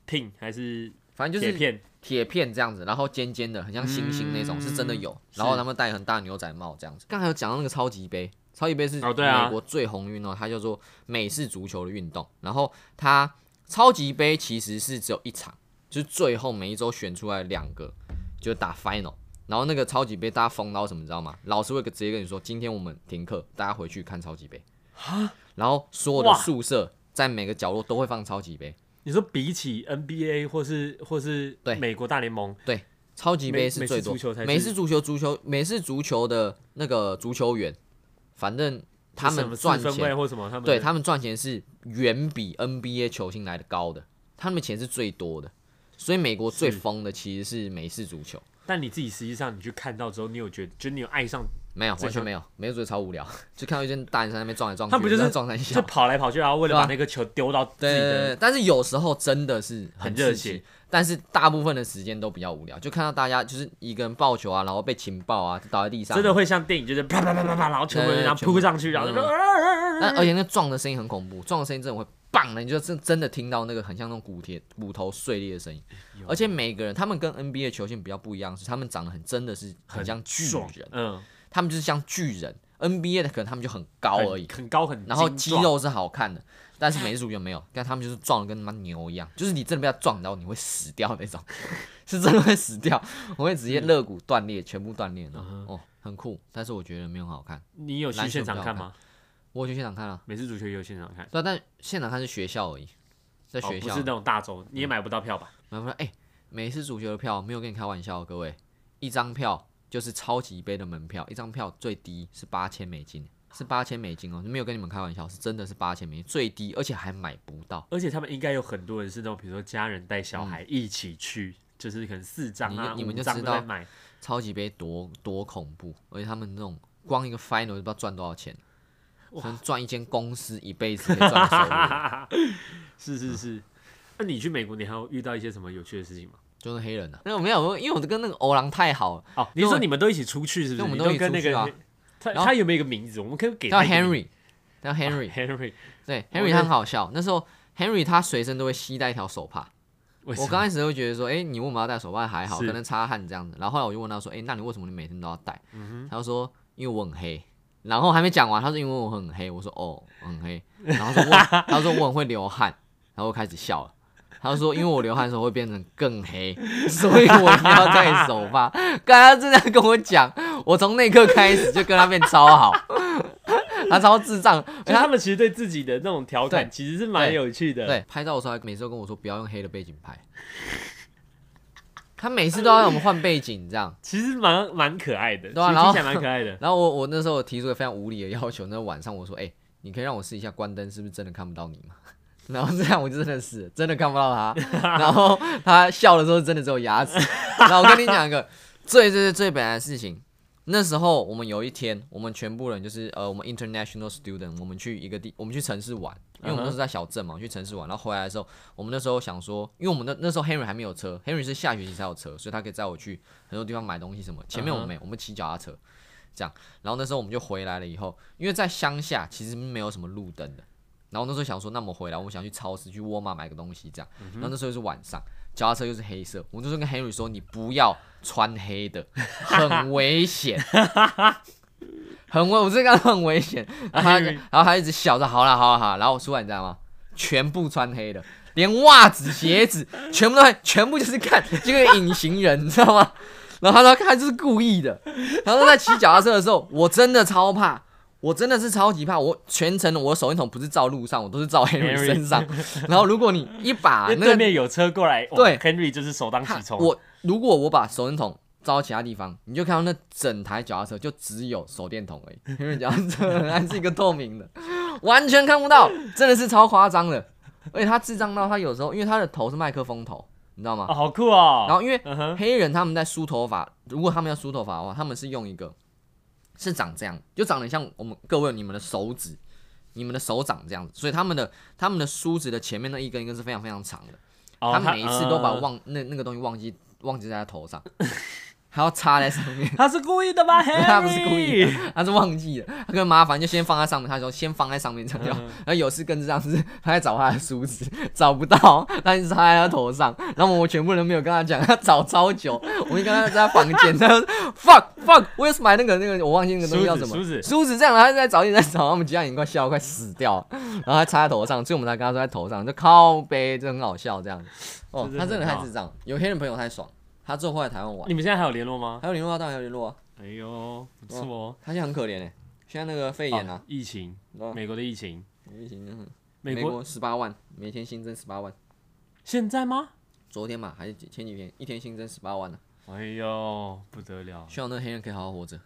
Speaker 1: pin 还是
Speaker 2: 反正就
Speaker 1: 铁
Speaker 2: 是
Speaker 1: 片，
Speaker 2: 铁片这样子，然后尖尖的，很像星星那种，
Speaker 1: 嗯
Speaker 2: 是真的有。
Speaker 1: 是
Speaker 2: 然后他们戴很大牛仔帽这样子。刚才有讲到那个超级杯，超级杯是
Speaker 1: 哦对啊
Speaker 2: 美国最红运动，它叫做美式足球的运动。然后它超级杯其实是只有一场，就是最后每一周选出来两个，就是打 final。然后那个超级杯大家疯到什么，你知道吗？老师会直接跟你说，今天我们停课，大家回去看超级杯。然后所有的
Speaker 1: 哇
Speaker 2: 宿舍在每个角落都会放超级杯，
Speaker 1: 你说比起 NBA 或是或是
Speaker 2: 对
Speaker 1: 美国大联盟，
Speaker 2: 对，超级杯是最多
Speaker 1: 美美式足球才。是
Speaker 2: 美式足球，足球，美式足球的那个足球员，反正他
Speaker 1: 什
Speaker 2: 们
Speaker 1: 么四
Speaker 2: 赚
Speaker 1: 分位
Speaker 2: 钱，
Speaker 1: 或什么，他们
Speaker 2: 对他们赚钱是远比 NBA 球星来的高的，他们钱是最多的。所以美国最疯的其实是美式足球，
Speaker 1: 但你自己实际上你去看到之后，你有觉得，就你有爱上，
Speaker 2: 没有
Speaker 1: 这
Speaker 2: 完全没有，美式足球超无聊，就看到一群大人在那边撞来撞去，
Speaker 1: 他不就是
Speaker 2: 在撞来
Speaker 1: 就
Speaker 2: 笑。
Speaker 1: 跑来跑去，然后为了
Speaker 2: 对啊
Speaker 1: 把那个球丢到自
Speaker 2: 对
Speaker 1: 己
Speaker 2: 对对
Speaker 1: 的
Speaker 2: 对，但是有时候真的是
Speaker 1: 很热
Speaker 2: 热
Speaker 1: 血
Speaker 2: 血，但是大部分的时间都比较无聊，就看到大家就是一个人抱球啊，然后被情报啊，就倒在地上啊，
Speaker 1: 真的会像电影，就是啪啪啪啪啪，然后球
Speaker 2: 对
Speaker 1: 门
Speaker 2: 对
Speaker 1: 然后
Speaker 2: 全部
Speaker 1: 扑上去，然后就呃
Speaker 2: 嗯但而且那撞的声音很恐怖，撞的声音真的会棒的，你就真真的听到那个很像那种骨铁骨头碎裂的声音。而且每个人，他们跟 NBA 球星比较不一样，是他们长得很真的是很像巨
Speaker 1: 爽
Speaker 2: 人，
Speaker 1: 嗯，
Speaker 2: 他们就是像巨人。NBA 的可能他们就很高而已，
Speaker 1: 很很高很，
Speaker 2: 然后肌，肉是好看的，但是美术就没有，但他们就是撞的跟他妈牛一样，就是你真的被他撞到你会死掉那种， 是真的会死掉，我会直接肋骨断裂，全部断裂的，哦，很酷，但是我觉得没有很好看，
Speaker 1: 你有去
Speaker 2: 篮球
Speaker 1: 现
Speaker 2: 比
Speaker 1: 场
Speaker 2: 较
Speaker 1: 看
Speaker 2: 好
Speaker 1: 吗？
Speaker 2: 我有去现场看啊了、
Speaker 1: 美式足球也有现场看，
Speaker 2: 对啊、但现场看是学校而已，在
Speaker 1: 哦
Speaker 2: 学
Speaker 1: 不
Speaker 2: 校。嗯
Speaker 1: 是那种大洲，你也买不到票吧？
Speaker 2: 然后说，哎、美式足球的票没有跟你开玩笑哦，各位，一张票就是超级杯的门票，一张票最低是八千美金，是八千美金哦，没有跟你们开玩笑，是真的是八千美金，最低，而且还买不到。
Speaker 1: 而且他们应该有很多人是那种，比如说家人带小孩一起去，就是可能四张啊、
Speaker 2: 嗯你你们
Speaker 1: 五
Speaker 2: 就
Speaker 1: 张
Speaker 2: 知
Speaker 1: 都在
Speaker 2: 道
Speaker 1: 买，
Speaker 2: 超级杯多多恐怖，而且他们那种光一个 final 就不知道赚多少钱，可能赚一间公司一辈子可以赚的收入，
Speaker 1: 是是
Speaker 2: 嗯
Speaker 1: 是。那你去美国，你还有遇到一些什么有趣的事情吗？
Speaker 2: 就是黑人啊。那我没有，因为我跟那个欧郎太好了，
Speaker 1: 哦，你是说你们都一起出去是不
Speaker 2: 对
Speaker 1: 是？
Speaker 2: 我们
Speaker 1: 你
Speaker 2: 都一
Speaker 1: 都
Speaker 2: 起
Speaker 1: 跟那
Speaker 2: 出去啊
Speaker 1: 个他
Speaker 2: 然后
Speaker 1: 他有没有一个名字？我们可以给
Speaker 2: 叫
Speaker 1: 他一个名
Speaker 2: Henry，叫 Henry，
Speaker 1: Henry，
Speaker 2: 对
Speaker 1: 我
Speaker 2: ，Henry
Speaker 1: 哦那
Speaker 2: 他很好笑。那时候 Henry 他随身都会携带一条手帕。
Speaker 1: 为什
Speaker 2: 我
Speaker 1: 么
Speaker 2: 刚开始会觉得说，哎、你为什么要戴手帕？还好，
Speaker 1: 是
Speaker 2: 可能擦汗这样子。然后后来我就问他说，哎、那你为什么你每天都要戴？
Speaker 1: 嗯
Speaker 2: 他就说，因为我很黑。然后还没讲完，他说因为我很黑。我说哦，我很黑。然后他说 我，他说我很会流汗。然后我开始笑了。他就说：“因为我流汗的时候会变成更黑，所以我一定要戴手帕。”刚刚正在跟我讲，我从那一刻开始就跟他变超好，他超智障，
Speaker 1: 就他们其实对自己的那种调侃
Speaker 2: 对
Speaker 1: 其实是蛮有趣的。
Speaker 2: 对，拍照的时候还每次都跟我说不要用黑的背景拍，他每次都要让我们换背景这样。
Speaker 1: 其实蛮蛮可爱的，
Speaker 2: 对啊
Speaker 1: 其实
Speaker 2: 然
Speaker 1: 听
Speaker 2: 后
Speaker 1: 起来蛮可 爱的。
Speaker 2: 然后我我那时候提出一个非常无理的要求，那晚上我说，哎、你可以让我试一下关灯是不是真的看不到你吗？ 然后这样我就真的是真的看不到他， 然后他笑的时候真的只有牙齿。 然后我跟你讲一个最最最最本来的事情，那时候我们有一天，我们全部人就是呃，我们 international student，我们去一个地，我们去城市玩，因为我
Speaker 1: 嗯哼
Speaker 2: 们都是在小镇嘛，我们去城市玩，然后回来的时候，我们那时候想说，因为我们那那时候 Henry 还没有车，Henry 是下学期才有车，所以他可以载我去很多地方买东西什么。前面我们没有，我们骑脚踏车这样。然后那时候我们就回来了以后，因为在乡下其实没有什么路灯的。然后那时候想说，那我们回来，我们想去超市去沃尔玛买个东西这样。然后那时候又是晚上，脚踏车又是黑色，我那时候跟 Henry 说，你不要穿黑的，很危险。很危，我这个很危险。然后他就，
Speaker 1: Henry
Speaker 2: 然后他一直笑着，好了好了好了。然后我出来你知道吗？全部穿黑的，连袜子、鞋子全部都还，全部就是看这个隐形人，你 知道吗？然后他说他就是故意的。然后在骑脚踏车的时候，我真的超怕，我真的是超级怕。我全程我手电筒不是照路上，我都是照 Henry
Speaker 1: Henry
Speaker 2: 身上。然后如果你一把
Speaker 1: 因为
Speaker 2: 啊那
Speaker 1: 对
Speaker 2: 个
Speaker 1: 面有车过来，哇
Speaker 2: 对
Speaker 1: ，Henry 就是首当
Speaker 2: 他
Speaker 1: 其冲。
Speaker 2: 我如果我把手电筒到其他地方，你就看到那整台脚踏车就只有手电筒而已，因为脚踏车本来是一个透明的，完全看不到，真的是超夸张的。而且他智障到他有时候，因为他的头是麦克风头，你知道吗？
Speaker 1: 哦，好酷哦。
Speaker 2: 然后因为
Speaker 1: 嗯哼，
Speaker 2: 黑人他们在梳头发，如果他们要梳头发的话，他们是用一个是长这样，就长得像我们各位你们的手指，你们的手掌这样子，所以他们的他们的梳子的前面那一根一根是非常非常长的，
Speaker 1: 哦
Speaker 2: 他们每一次都把
Speaker 1: 嗯
Speaker 2: 忘、那那个东西忘记忘记在他头上， 还要插在上面。
Speaker 1: 他是故意的吧？Harry，
Speaker 2: 他不是故意的，他是忘记了，他更麻烦，就先放在上面。他说先放在上面这样就好，
Speaker 1: 嗯
Speaker 2: 然后有事更是这样子，他在找他的梳子，找不到，他一直插在他头上。然后我全部人没有跟他讲，他找超久，我就跟他在房间，他说 fuck fuck，我也是买那个那个，我忘记那个东西叫什么
Speaker 1: 梳子梳子
Speaker 2: 梳子这样，然后他在找一直在找，我们其他人快笑快死掉了，然后他插在头上，所以我们才跟他说在头上，就靠背，这很好笑这样。哦，
Speaker 1: 这
Speaker 2: 他真
Speaker 1: 真
Speaker 2: 的
Speaker 1: 的
Speaker 2: 太
Speaker 1: 很好嗯
Speaker 2: 智障，有黑人朋友太爽，他之后会来台湾玩，
Speaker 1: 你们现在还有联络吗？
Speaker 2: 还有联络啊，当然还有联络啊。
Speaker 1: 哎呦，不错哦。
Speaker 2: 他现在很可怜哎、现在那个肺炎啊
Speaker 1: 哦，疫情
Speaker 2: 哦，
Speaker 1: 美国的疫情，
Speaker 2: 疫情真的很
Speaker 1: 美
Speaker 2: 美
Speaker 1: 国
Speaker 2: 国十八万，每天新增十八万，
Speaker 1: 现在吗？
Speaker 2: 昨天嘛还是前几天，一天新增十八万呢、
Speaker 1: 哎呦，不得了！
Speaker 2: 希望那个黑人可以好好活 着。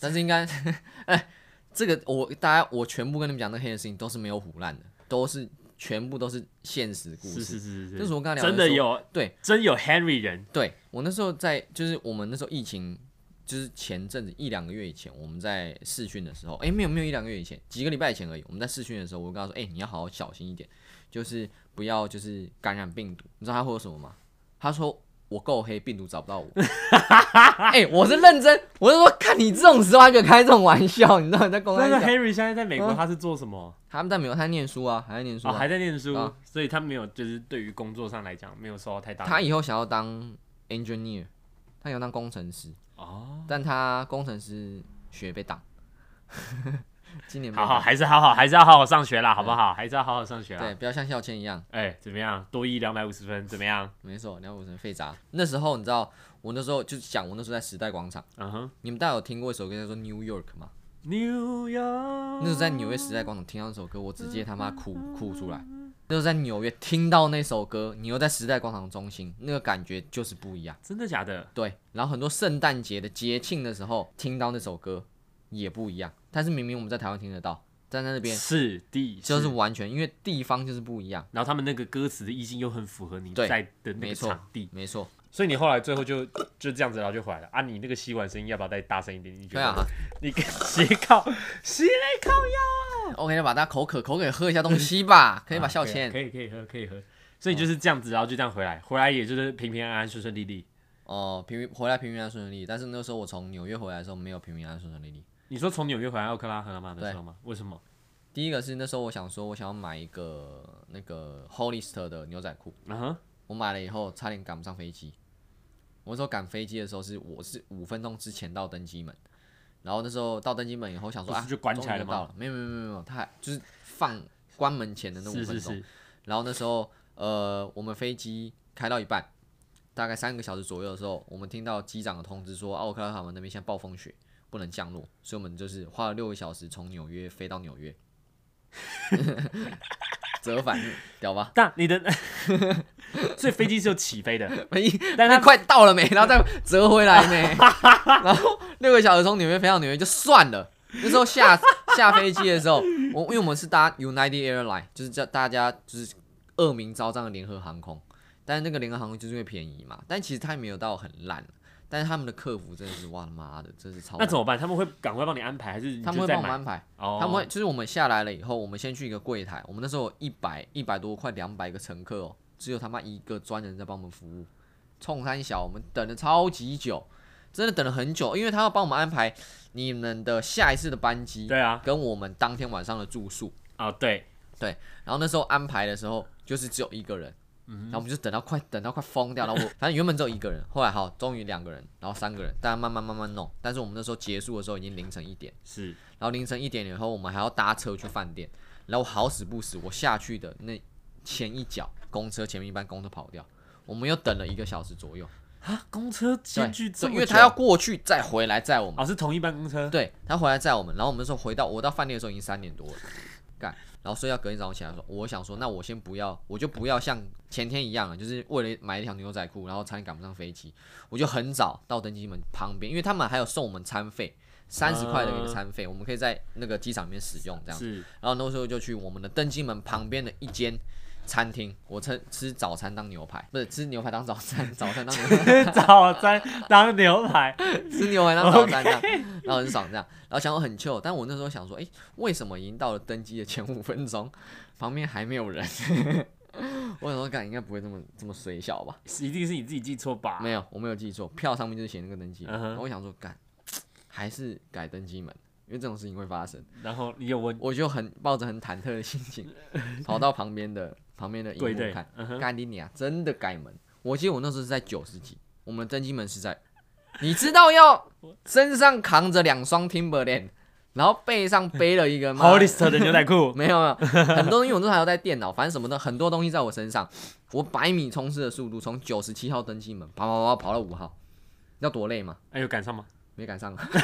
Speaker 2: 但是应该， 哎，这个我大家我全部跟你们讲，那黑人事情都是没有胡乱的，都是全部都是现实故
Speaker 1: 是
Speaker 2: 事。
Speaker 1: 是是是，
Speaker 2: 就是我刚才聊
Speaker 1: 真的
Speaker 2: 说
Speaker 1: 有，
Speaker 2: 对，
Speaker 1: 真有 Henry 人，
Speaker 2: 对我那时候在，就是我们那时候疫情，就是前阵子一两个月以前，我们在试训的时候，诶，没有没有一两个月以前，几个礼拜以前而已。我们在试训的时候，我就跟他说，诶，你要好好小心一点，就是不要就是感染病毒。你知道他会有什么吗？他说我够黑，病毒找不到我。诶，我是认真，我是说，看你这种时候还敢开这种玩笑，你知道你在公
Speaker 1: 那
Speaker 2: 开
Speaker 1: 个
Speaker 2: 讲。
Speaker 1: Henry 现在在美国
Speaker 2: 嗯
Speaker 1: 他是做什么？
Speaker 2: 他们在美国，他在念书啊，还在念书、
Speaker 1: 哦，
Speaker 2: 啊
Speaker 1: 还在念书
Speaker 2: 啊，
Speaker 1: 所以他没有，就是对于工作上来讲没有受到太大的。
Speaker 2: 他以后想要当 engineer，他想要当工程师。
Speaker 1: 哦，
Speaker 2: 但他工程师学被挡， 今年被
Speaker 1: 好
Speaker 2: 挡
Speaker 1: 好，还是好好，还是要好好上学啦，好不好？还是要好好上学
Speaker 2: 对，
Speaker 1: 啦。
Speaker 2: 不要像校谦一样，
Speaker 1: 哎，怎么样？多一两百五十分，怎么样？
Speaker 2: 没错，两五成废渣。那时候你知道，我那时候就是讲，我那时候在时代广场，
Speaker 1: 嗯哼
Speaker 2: 你们大家有听过一首歌叫做《New York》吗？
Speaker 1: ，New York，
Speaker 2: 那时候在纽约时代广场听到那首歌，我直接他妈哭哭出来。那时候在纽约听到那首歌，你又在时代广场中心，那个感觉就是不一样。
Speaker 1: 真的假的？
Speaker 2: 对，然后很多圣诞节的节庆的时候听到那首歌也不一样，但是明明我们在台湾听得到，但在那边
Speaker 1: 是第
Speaker 2: 就是完全因为地方就是不一样。
Speaker 1: 然后他们那个歌词的意境又很符合你
Speaker 2: 对
Speaker 1: 在的那
Speaker 2: 没
Speaker 1: 个
Speaker 2: 错
Speaker 1: 场地，
Speaker 2: 没错，
Speaker 1: 所以你后来最后就就这样子，然后就回来了啊！你那个吸管声音要不要再大声一点？你觉
Speaker 2: 对
Speaker 1: 得？
Speaker 2: 啊。
Speaker 1: 你跟 斜靠斜来靠腰，
Speaker 2: 哎 OK，那把大家口渴，口渴也喝一下东西 吧，啊可以吧？孝谦
Speaker 1: 可。以可以喝可以喝，所以就是这样子，然后就这样回来，回来也就是平平安安顺顺利利。
Speaker 2: 哦，平平回来平平安安顺顺利利，但是那时候我从纽约回来的时候没有平平安安顺顺利利。
Speaker 1: 你说从纽约回来奥克拉荷马的时候吗？为什么？
Speaker 2: 第一个是那时候我想说，我想要买一个那个 Hollister 的牛仔裤，
Speaker 1: 嗯哼，
Speaker 2: 我买了以后差点赶不上飞机。我那时候赶飞机的时候是我是五分钟之前到登机门，然后那时候到登机门以后想说
Speaker 1: 不
Speaker 2: 啊
Speaker 1: 是就关起来
Speaker 2: 终于
Speaker 1: 了
Speaker 2: 就
Speaker 1: 吗
Speaker 2: 到了，没有没有没有没有，他还就是放关门前的那五分
Speaker 1: 是
Speaker 2: 钟。
Speaker 1: 是是，
Speaker 2: 然后那时候，呃，我们飞机开到一半，大概三个小时左右的时候，我们听到机长的通知说，啊奥克拉荷马那边现在暴风雪，不能降落，所以我们就是花了六个小时从纽约飞到纽约， 折返，屌吧？
Speaker 1: 但你的， 所以飞机是有起飞的，
Speaker 2: 但他快到了没？ 然后再折回来 没？然后六个小时从纽约飞到纽约就算了。那时候下 下飞机的时候，我因为我们是搭 United Airline，就是叫大家就是恶名昭彰的联合航空，但是那个联合航空就是因为便宜嘛，但其实它也没有到很烂，但是他们的客服真的是哇他妈的，真是
Speaker 1: 那
Speaker 2: 超烂。
Speaker 1: 怎么办？他们会赶快帮你安排，还是你
Speaker 2: 他们
Speaker 1: 就
Speaker 2: 会
Speaker 1: 再
Speaker 2: 帮我
Speaker 1: 买？
Speaker 2: 们安排，
Speaker 1: 哦，
Speaker 2: 他们会就是我们下来了以后，我们先去一个柜台，我们那时候有一百一百多快两百个乘客哦，只有他妈一个专人在帮我们服务，冲三小，我们等了超级久，真的等了很久，因为他要帮我们安排你们的下一次的班机，
Speaker 1: 对啊，
Speaker 2: 跟我们当天晚上的住宿，
Speaker 1: 啊对，
Speaker 2: 然后那时候安排的时候就是只有一个人。
Speaker 1: 嗯
Speaker 2: 然后我们就等到快等到快疯掉，然 后我反正原本只有一个人，后来好，终于两个人，然后三个人，大家慢慢慢慢弄。但是我们那时候结束的时候已经凌晨一点。
Speaker 1: 是
Speaker 2: 然后凌晨一点以后，我们还要搭车去饭店。然后好死不死，我下去的那前一脚，公车前面一班公车跑掉，我们又等了一个小时左右。
Speaker 1: 啊，公车
Speaker 2: 对，
Speaker 1: 间距这
Speaker 2: 对
Speaker 1: 么
Speaker 2: 因为
Speaker 1: 久
Speaker 2: 他要过去再回来载我们。
Speaker 1: 哦是同一班公车，
Speaker 2: 对他回来载我们，然后我们说回到我到饭店的时候已经三点多了，干，然后所以要隔天早上起来说，我想说，那我先不要，我就不要像前天一样了，就是为了买一条牛仔裤，然后差点赶不上飞机，我就很早到登机门旁边，因为他们还有送我们餐费，三十块的一个餐费，我们可以在那个机场里面使用这样。
Speaker 1: 是
Speaker 2: 然后那时候就去我们的登机门旁边的一间餐厅，我吃吃早餐当牛排，不是吃牛排当早餐，早餐当牛排。
Speaker 1: 早餐当牛 排，
Speaker 2: 吃牛排当早餐这样，然后很爽这样，然后想我很 chill，但我那时候想说，诶，为什么已经到了登机的前五分钟，旁边还没有人？ 我想说，感应该不会这么这么水小吧？
Speaker 1: 一定是你自己记错吧？
Speaker 2: 没有，我没有记错，票上面就是写那个登机门。
Speaker 1: 嗯哼
Speaker 2: 然后我想说，干，还是改登机门，因为这种事情会发生。
Speaker 1: 然后你有问
Speaker 2: 我就很抱着很忐忑的心情，跑到旁边的旁边的荧
Speaker 1: 对
Speaker 2: 幕
Speaker 1: 对
Speaker 2: 看，，
Speaker 1: 嗯哼，
Speaker 2: 干你娘！真的改门。我记得我那时候是在九十几，我们的登机门是在，你知道要身上扛着两双 Timberland，然后背上背了 一个妈
Speaker 1: Hollister 的牛仔裤，
Speaker 2: 没有没有，很多东西我那时候还有带电脑，反正什么的很多东西在我身上。我百米冲刺的速度从九十七号登机门跑跑跑跑到五号，你知道多累吗？
Speaker 1: 哎，有赶上吗？
Speaker 2: 没赶上啊。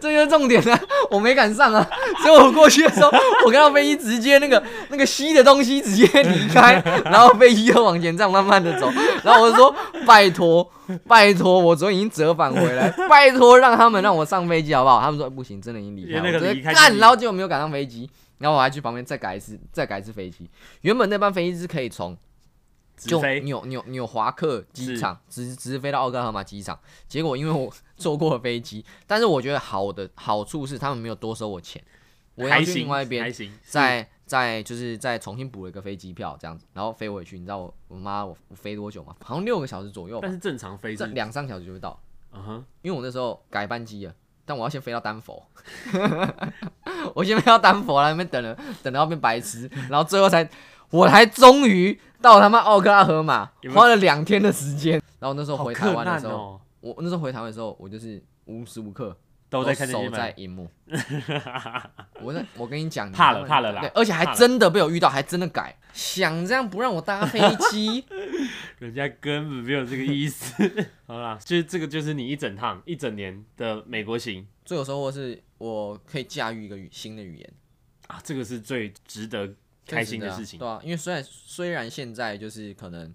Speaker 2: 这就是重点啊！我没赶上啊，所以我过去的时候，我看到飞机直接那个那个吸的东西直接 离开，然后飞机又往前这样慢慢的走，然后我就说拜托拜托，我昨天已经折返回来，拜托让他们让我上飞机好不好？他们说哎不行，真的已经离开，
Speaker 1: 因为那个
Speaker 2: 我直
Speaker 1: 离
Speaker 2: 接
Speaker 1: 开
Speaker 2: 干，
Speaker 1: 就是
Speaker 2: 然后结果没有赶上飞机，然后我还去旁边再改一次再改一次飞机，原本那班飞机是可以从
Speaker 1: 直
Speaker 2: 就
Speaker 1: 飞，
Speaker 2: 纽纽纽华克机
Speaker 1: 是
Speaker 2: 场直直飞到奥克拉荷马机场，结果因为我 坐过飞机，但是我觉得好的好处是他们没有多收我钱，我要
Speaker 1: 还
Speaker 2: 去
Speaker 1: 行，
Speaker 2: 另外一边
Speaker 1: 还行，
Speaker 2: 再再就是再重新补了一个飞机票这样子，然后飞回去，你知道我我妈我我飞多久吗？好像六个小时左右吧
Speaker 1: 但，是正常飞
Speaker 2: 这
Speaker 1: 是，
Speaker 2: 两三小时就会到，
Speaker 1: 嗯哼，
Speaker 2: 因为我那时候改班机了。但我要先飞到丹佛， 我先飞到丹佛，然后那边等了等到变白痴，然后最后才，我才终于到他妈奥克拉荷马
Speaker 1: 有，没有
Speaker 2: 花了两天的时间。然后那时候
Speaker 1: 好
Speaker 2: 回台
Speaker 1: 困
Speaker 2: 湾的
Speaker 1: 难
Speaker 2: 时候，
Speaker 1: 哦，
Speaker 2: 我那时候回台湾的时候，我就是无时无刻
Speaker 1: 都在看这
Speaker 2: 守
Speaker 1: 些
Speaker 2: 在
Speaker 1: 门，
Speaker 2: 荧幕。我在我跟你讲，
Speaker 1: 怕
Speaker 2: 你
Speaker 1: 了
Speaker 2: 知道吗
Speaker 1: 怕了啦
Speaker 2: 对，而且还
Speaker 1: 怕了
Speaker 2: 真的被我遇到，还真的改，想这样不让我搭飞机，
Speaker 1: 人家根本没有这个意思。 好啦，就是这个就是你一整趟一整年的美国行
Speaker 2: 最有收获是我可以驾驭一个语新的语言。
Speaker 1: 啊，这个是最值得开心的事情
Speaker 2: 确实。啊对啊，因为虽然虽然现在就是可能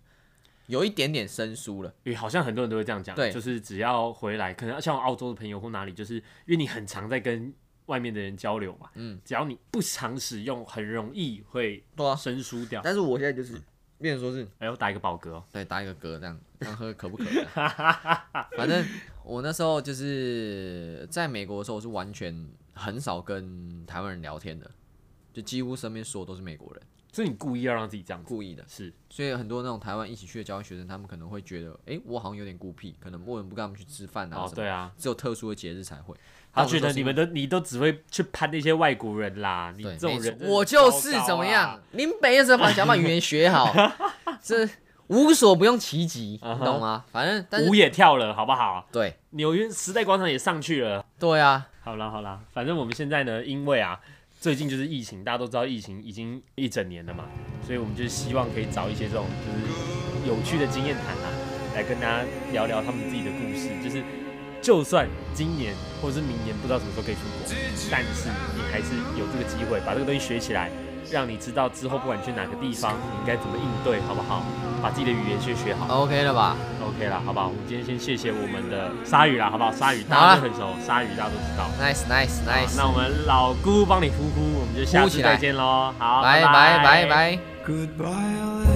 Speaker 2: 有一点点生疏了，
Speaker 1: 因为好像很多人都会这样讲，
Speaker 2: 对
Speaker 1: 就是只要回来，可能像澳洲的朋友或哪里，就是因为你很常在跟外面的人交流嘛，嗯，只要你不常使用，很容易会
Speaker 2: 对啊，
Speaker 1: 生疏掉。
Speaker 2: 但是我现在就是变成说是
Speaker 1: 哎，我打一个饱嗝、哦，
Speaker 2: 对打一个嗝这样，看喝可不可这样？ 反正我那时候就是在美国的时候，我是完全很少跟台湾人聊天的，就几乎身边所有都是美国人，
Speaker 1: 所以你故意要让自己这样子，
Speaker 2: 故意的。
Speaker 1: 是
Speaker 2: 所以很多那种台湾一起去的交换学生，他们可能会觉得，诶，我好像有点孤僻，可能我人不跟他们去吃饭啊
Speaker 1: 哦，
Speaker 2: 什么，
Speaker 1: 对啊，
Speaker 2: 只有特殊的节日才会。但
Speaker 1: 他
Speaker 2: 我那
Speaker 1: 觉
Speaker 2: 时候
Speaker 1: 得
Speaker 2: 是
Speaker 1: 你们都你都只会去攀那些外国人啦，你
Speaker 2: 对，
Speaker 1: 这种
Speaker 2: 没错
Speaker 1: 人真的
Speaker 2: 我就
Speaker 1: 糟
Speaker 2: 是
Speaker 1: 糕啊
Speaker 2: 怎么样，林北是把想把语言学好，这无所不用 其极，
Speaker 1: 嗯
Speaker 2: 你
Speaker 1: 哼
Speaker 2: 懂吗？反正但是
Speaker 1: 舞也跳了，好不好？
Speaker 2: 对
Speaker 1: 纽约时代广场也上去了。
Speaker 2: 对啊，
Speaker 1: 好啦好啦，反正我们现在呢，因为啊，最近就是疫情，大家都知道疫情已经一整年了嘛，所以我们就希望可以找一些这种就是有趣的经验谈啊，来跟大家聊聊他们自己的故事。就是就算今年或者是明年不知道什么时候可以出国，但是你还是有这个机会把这个东西学起来，让你知道之后不管你去哪个地方，你应该怎么应对，好不好？把自己的语言学学好。
Speaker 2: ，OK 了吧？
Speaker 1: OK 啦，好不好？我们今天先谢谢我们的鲨鱼啦，好不好？鲨鱼大家都很熟，鲨鱼大家都知道。
Speaker 2: Nice, nice,
Speaker 1: 好
Speaker 2: nice。
Speaker 1: 那我们老姑帮你呼呼，我们就下
Speaker 2: 呼
Speaker 1: 次
Speaker 2: 起来
Speaker 1: 再见喽。好，
Speaker 2: 拜拜拜拜。
Speaker 3: Goodbye, LA.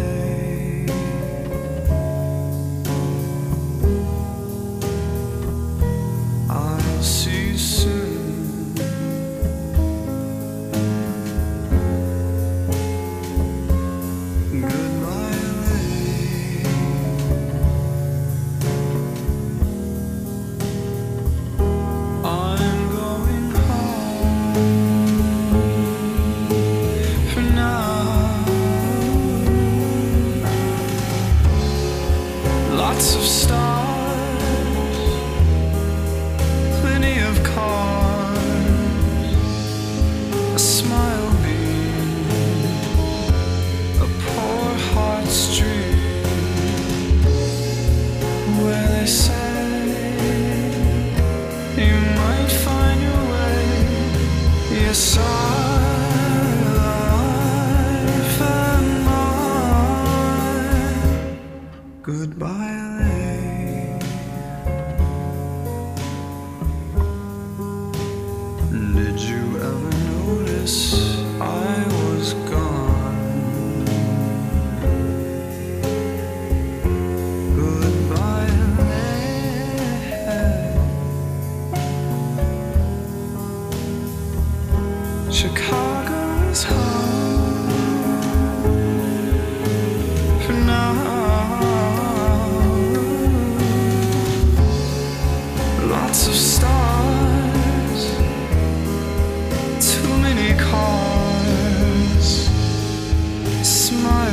Speaker 3: I'll see you soon. Goodbye, LA. I'm going home for now. Lots of stars, plenty of cars, a smile beam, a poor heart's dream. Where they say you might find your way, yes I. smile